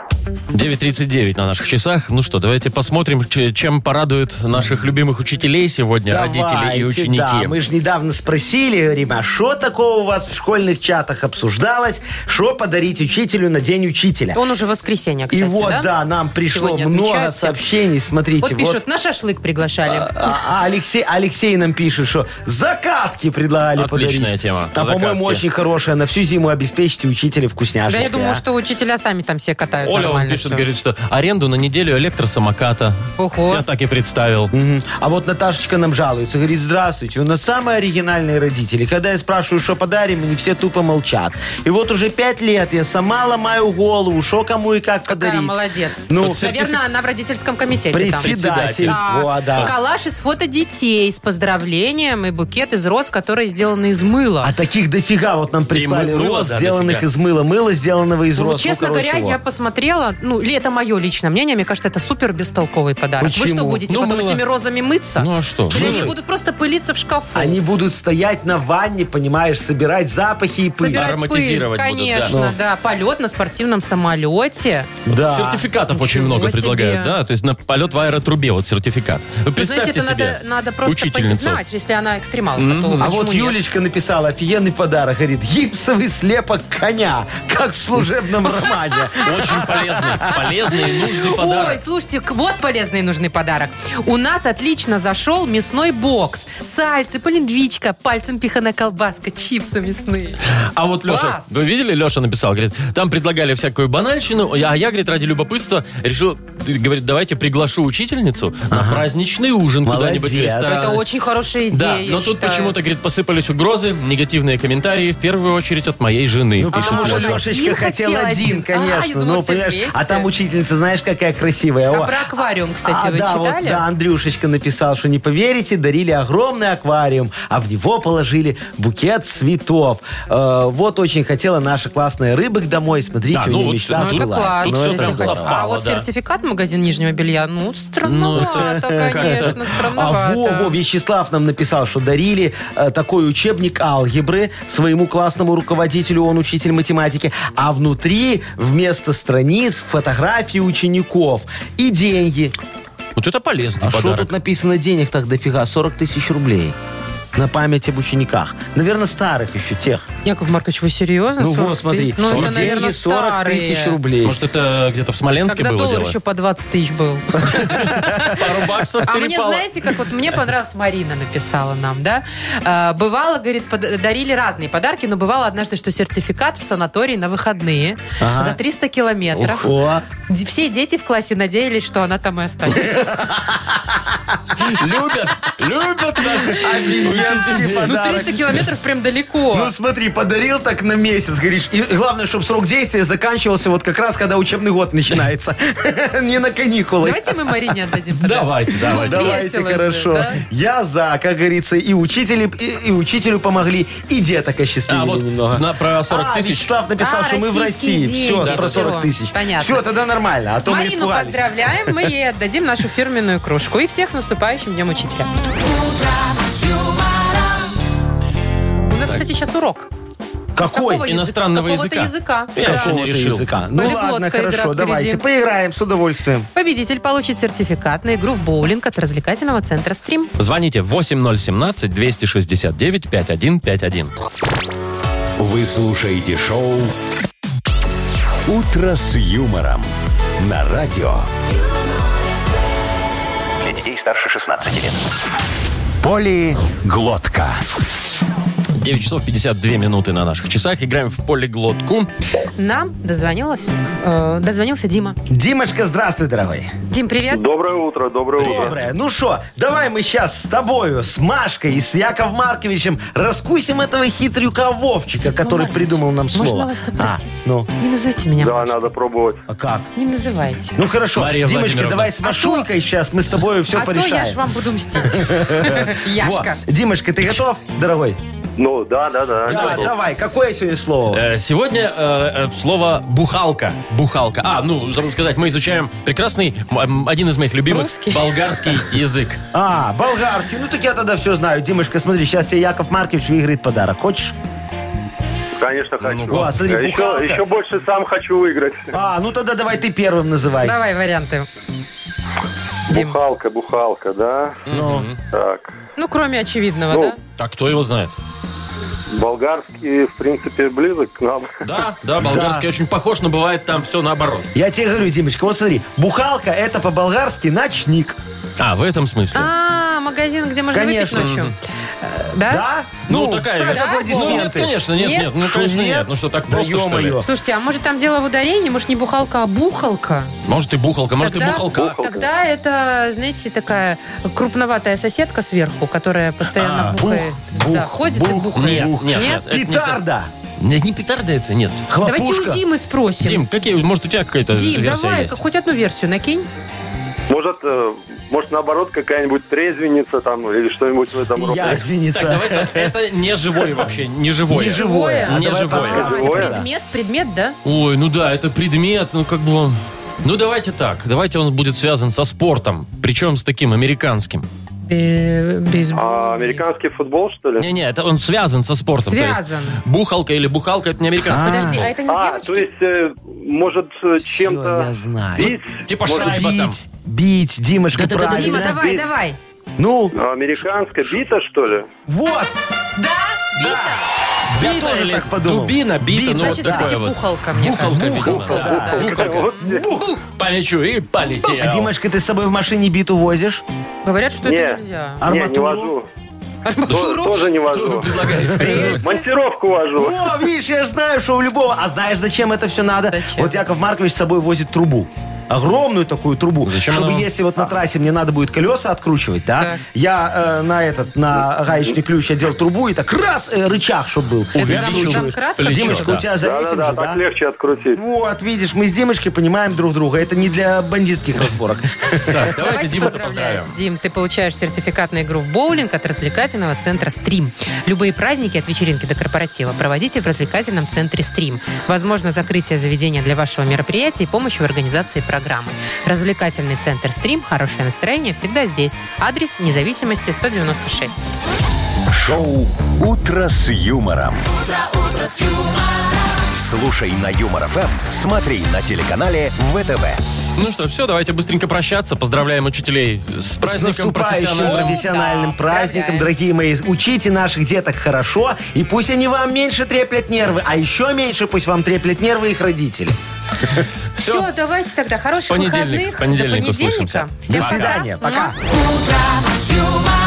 B: 9.39 на наших часах. Ну что, давайте посмотрим, ч- чем порадуют наших любимых учителей сегодня, родители и
C: Давайте,
B: ученики.
C: Да, мы же недавно спросили, Рима, что такого у вас в школьных чатах обсуждалось, что подарить учителю на День учителя.
D: Он уже воскресенье, кстати,
C: и вот, да, нам пришло
D: Сегодня
C: много
D: отмечают все.
C: сообщений, смотрите.
D: Вот пишут, на шашлык приглашали.
C: А а Алексей, Алексей нам пишет, что закатки предлагали
B: Отличная
C: подарить.
B: тема,
C: А, по-моему,
B: закатки.
C: очень хорошая. На всю зиму обеспечите учителя вкусняшки.
D: Да я думаю,
C: а.
D: что учителя сами там все катают
B: Оля вам
D: нормально.
B: пишет,
D: всё.
B: говорит, что аренду на неделю электросамоката.
D: Ого.
B: Я так и представил.
C: Мгм. А вот Наташечка нам жалуется, говорит, здравствуйте, у нас самые оригинальные родители. Когда я спрашиваю, что подарим, они все тупо молчат. И вот уже пять лет я сама ломаю голову, что кому и как
D: Какая
C: подарить.
D: молодец.
C: Ну,
D: Вот, Наверное, она в родительском комитете там.
C: Председатель.
D: Так,
C: Во, да.
D: Калаш из фото детей с поздравлением и букет из роз, которые сделаны из мыла.
C: А таких дофига вот нам прислали
B: мы- мыло,
C: роз,
B: да,
C: сделанных
B: дофига.
C: из мыла. Мыло, сделанного из
D: Ну,
C: роз. Ну,
D: честно
C: короче,
D: говоря,
C: во.
D: я посмотрела, ну, ли это мое личное мнение, мне кажется, это супер бестолковый подарок. Вы что
C: Почему?
D: будете
B: Ну,
D: потом
B: мыло.
D: этими розами мыться?
B: Ну а что?
D: Или они
B: Слушай,
D: будут просто пылиться в шкафу?
C: Они будут стоять на ванне, понимаешь, собирать запахи и пыль.
D: Собирать
B: ароматизировать
D: пыль,
B: будут,
D: конечно,
B: да. Ну.
D: да. Полет на спортивном самолете.
C: Да.
B: Сертификатов
D: Ничего
B: очень много
D: себе.
B: предлагают, да? То есть на полет в аэротрубе, вот сертификат. Вы
D: Вы
B: представьте
D: знаете, это
B: себе,
D: надо, надо просто
B: учительницу.
D: знать, если она экстремалка. то
C: А
D: почему
C: вот
D: нет?
C: Юлечка написала офигенный подарок. Говорит, гипсовый слепок коня, как в служебном романе.
B: Очень полезный, полезный и нужный
D: Ой,
B: подарок.
D: слушайте, к- вот полезный и нужный подарок. У нас отлично зашел мясной бокс. Сальцы, полиндвичка, пальцем пихана колбаска, чипсы мясные.
B: А вот Леша,
D: класс.
B: вы видели, Леша написал, говорит, там предлагали всякую банальщину, а я, говорит, ради любопытства решил, говорит, давайте приглашу учительницу на праздничный ужин куда-нибудь в
C: Молодец.
B: ресторан.
D: Это очень хорошая идея,
B: Да,
D: я
B: но тут
D: считаю.
B: почему-то, говорит, посыпались угрозы, негативные комментарии, в первую очередь от моей жены,
C: Ну,
B: пишет
C: потому что
D: Лёша.
B: Леша.
C: Лешечка хотел один,
D: А, я
C: конечно.
D: думала,
C: Ну,
D: все
C: понимаешь, а
D: вместе.
C: там учительница, знаешь, какая красивая.
D: А
C: О.
D: про аквариум, кстати,
C: А,
D: вы
C: да, вот,
D: читали?
C: да, Андрюшечка написал, что не поверите, дарили огромный аквариум, а в него положили букет цветов. Э, вот очень хотела наша классная рыбок домой. Смотрите,
B: Да,
C: у
B: ну
C: нее
B: вот
D: Ну,
C: мечта
B: тут-
D: это
B: Забыла.
C: сбылась.
D: классно,
B: Тут всё
D: если
B: прям
D: хотите.
B: совпало,
D: А вот
B: да.
D: сертификат магазин нижнего белья, ну, странновато, конечно,
C: А во, во,
D: странновато.
C: Вячеслав нам написал, что дарили э, такой учебник алгебры своему классному руководителю, он учитель математики, а внутри вместо страниц фотографии учеников и деньги.
B: Вот это полезный
C: А что
B: подарок.
C: тут написано денег так дофига? 40 тысяч рублей. На память об учениках. Наверное, старых еще тех.
D: Яков Маркович, вы серьезно?
C: Ну
D: 40
C: вот, смотри.
D: тысяч? Ну, это,
C: деньги
D: наверное,
C: 40 тысяч
D: старые.
C: рублей.
B: Может, это где-то в Смоленске
D: Когда
B: было
D: доллар
B: дело?
D: еще по 20 тысяч был.
B: Пару баксов
D: А мне,
B: перепало.
D: знаете, как вот мне понравилось, Марина написала нам, да? А, бывало, говорит, под- дарили разные подарки, но бывало однажды, что сертификат в санатории на выходные
C: Ага.
D: за 300 километров.
C: О,
D: Д- Все дети в классе надеялись, что она там и останется.
B: Любят, любят наши.
C: офигенский
D: Ну,
C: подарок.
D: 300 километров прям далеко.
C: Ну смотри, подарил так на месяц, говоришь. И главное, чтобы срок действия заканчивался вот как раз, когда учебный год начинается. Не на каникулы.
D: Давайте мы Марине отдадим подарок.
B: Давайте, давайте.
C: Давайте,
D: Весело же,
C: хорошо.
D: да?
C: Я за, как говорится, и учители, и, и учителю помогли, и деток осчастливили
B: А, вот
C: немного.
B: на- про 40
C: А,
B: тысяч.
C: Вячеслав написал,
D: А,
C: что мы в
D: российские
C: России.
D: деньги,
C: Все, про
D: всё,
C: 40 тысяч.
D: понятно.
C: Все, тогда нормально, а то мы
D: Марину
C: испугались.
D: поздравляем, мы ей отдадим нашу фирменную кружку. И всех с наступающим Днем Учителя. У нас, кстати, сейчас урок.
C: Какой?
D: Какого
B: иностранного
D: язы- какого-то
B: языка?
D: языка.
B: Я вообще
D: Да.
B: не
C: Какого-то
B: решил.
C: языка. Ну
D: Полиглотка
C: ладно,
D: игра
C: хорошо,
D: впереди.
C: давайте, поиграем с удовольствием.
D: Победитель получит сертификат на игру в боулинг от развлекательного центра «Стрим».
B: Звоните 8017-269-5151.
A: Вы слушаете шоу «Утро с юмором» на радио.
E: Для детей старше 16 лет.
A: Полиглотка.
B: 9 часов 52 минуты на наших часах. Играем в полиглотку.
D: Нам дозвонилась, э, дозвонился Дима.
C: Димочка, здравствуй, дорогой.
D: Дим, привет.
F: Доброе утро, доброе утро.
C: Доброе. Ну что, давай мы сейчас с тобою, с Машкой и с Яков Марковичем раскусим этого хитрюка Вовчика, который
D: Маркович,
C: придумал нам слово.
D: Можно вас попросить?
C: А, ну,
D: Не называйте меня.
F: Да, надо пробовать.
C: а как?
D: Не называйте.
C: Ну хорошо,
B: Мария
C: Димочка,
B: Владимировна.
C: давай с Машулькой сейчас мы с тобой все
D: а то я ж
C: порешаем.
D: вам буду мстить. Яшка.
C: Во. Димочка, ты готов, дорогой?
F: Ну, да, да, да.
C: Давай, давай, какое сегодня слово?
B: Э, Сегодня э, э, слово бухалка. Бухалка. А, ну, забыл сказать, мы изучаем прекрасный, м, м, один из моих любимых,
D: Русский.
B: болгарский язык.
C: А, болгарский. Ну так я тогда все знаю. Димочка, смотри, сейчас тебе Яков Маркович выиграет подарок. Хочешь?
G: Конечно, хочу.
B: Ну,
C: О, смотри,
G: еще,
C: бухгалка.
G: еще больше сам хочу выиграть.
C: А, ну тогда давай ты первым называй.
D: Давай варианты. Дим.
G: Бухалка, бухалка, да?
C: Ну,
G: Так.
D: Ну, кроме очевидного,
G: Ну.
D: да?
B: А кто его знает?
G: Болгарский, в принципе, близок к нам.
B: Да, да, болгарский очень похож, но бывает там все наоборот.
C: я тебе говорю, Димочка, вот смотри, бухалка это по-болгарски ночник.
B: А, в этом смысле.
D: А, магазин, где можно выпить
C: Конечно.
D: ночью. Э, Да?
C: Да?
B: же.
C: ну, ставь
B: Ну, нет,
C: аплодисменты.
B: конечно, нет, нет.
D: Нет?
B: Ну,
C: Шо,
B: конечно,
C: нет?
B: нет. Ну что, так
C: Да
B: просто, что ли?
C: ё-моё.
D: Слушайте, а может там дело в ударении? Может не бухалка, а бухалка?
B: Может, и бухалка, может, и
D: Тогда-
B: бухалка.
D: Тогда это, знаете, такая крупноватая соседка сверху, которая постоянно
B: А,
D: бухает.
C: бух,
D: Да,
C: бух,
D: ходит и
C: бух,
D: бухает.
C: бух.
B: Нет,
D: Нет?
B: нет, это не
C: Петарда,
B: со- Не, не петарда это, нет.
D: Давайте у
C: хлопушка.
D: Димы спросим.
B: Дим, какие, может, у тебя какая-то
D: Дим,
B: версия
D: давай,
B: есть?
D: как- хоть одну версию накинь.
G: Может, э, может наоборот, какая-нибудь трезвенница там или что-нибудь в этом роде.
C: Я, извиниться.
B: Так, давайте так, это не живое вообще, не живое.
C: Не живое.
D: Не
C: А давай
B: живое.
C: подсказку
D: Это
G: Ой.
C: тогда.
D: предмет, предмет, да?
B: Ой, ну да, это предмет, ну как бы он... Ну давайте так, давайте он будет связан со спортом, причем с таким американским.
D: Бе- Бейсбол.
G: А, американский футбол, что ли?
B: Не-не, это он связан со спортом. Ну, то есть
D: Связан.
B: бухалка или бухалка, это не американский.
D: Подожди, а это не
G: А,
D: девочки?
G: то есть, э, может, э,
C: Всё, я
G: чем-то
C: знаю.
G: бить?
B: Типа
G: Может,
B: шайба там.
C: Бить, бить, Димочка,
B: Да-да-да,
C: правильно.
D: Дима, давай,
G: Бей-
D: давай.
C: Ну,
G: Американская бита, что ли?
C: вот,
D: а
B: Бита
C: тоже
B: или
C: так подумал.
B: Дубина, бита,
C: Бита.
B: ну вот
D: Значит, все-таки
B: такое вот.
D: бухалка, мне
B: Бухалка,
D: кажется.
B: видимо,
C: Бухалка,
B: да.
D: да.
B: Бухалка.
G: э,
B: Бух! По мячу и полетел.
C: А, Димочка, ты с собой в машине биту возишь?
D: Говорят, что
G: Не.
D: это нельзя.
G: Не, не
C: Арматуру?
G: вожу. То- Тоже не
B: Что вы
G: вожу.
B: предлагаете?
D: Рельсы.
G: Монтировку вожу.
C: О, видишь, я ж знаю, что у любого. А знаешь, зачем это все надо?
D: Зачем?
C: Вот Яков Маркович с собой возит трубу. Огромную такую трубу.
B: Зачем она
C: чтобы
B: А. вам?
C: если вот на трассе мне надо будет колеса откручивать, да?
D: Так.
C: Я э, на этот, на гаечный ключ одел трубу и так раз, э, рычаг, чтобы был.
D: Это там-
B: увеличиваешь
D: там кратко?
B: плечо.
C: Димочка,
B: да.
C: у тебя заметим
G: Да-да-да,
C: же, да?
G: так легче открутить.
C: Вот, видишь, мы с Димочкой понимаем друг друга. Это не для бандитских разборок.
B: Так, давайте Диму
D: поздравлять.
B: поздравим.
D: Дим, ты получаешь сертификат на игру в боулинг от развлекательного центра «Стрим». Любые праздники от вечеринки до корпоратива проводите в развлекательном центре «Стрим». Возможно, закрытие заведения для вашего мероприятия и помощь в организации программы. Развлекательный центр «Стрим». Хорошее настроение всегда здесь. Адрес независимости 196.
A: Шоу «Утро с юмором». Слушай на Юмор ФМ, смотри на телеканале ВТВ.
B: Ну что, все, давайте быстренько прощаться. Поздравляем учителей с
C: С
B: праздником
C: наступающим
B: профессиональным.
C: профессиональным
D: Да,
C: праздником,
D: поздравляем.
C: дорогие мои. Учите наших деток хорошо, и пусть они вам меньше треплят нервы, а еще меньше пусть вам треплят нервы их родители.
D: Все, давайте тогда. Хороших
B: Понедельник.
D: выходных.
B: Понедельник
D: До понедельника.
B: услышимся.
D: Всем
C: До свидания. Пока.
D: М.
J: Утро с юмором.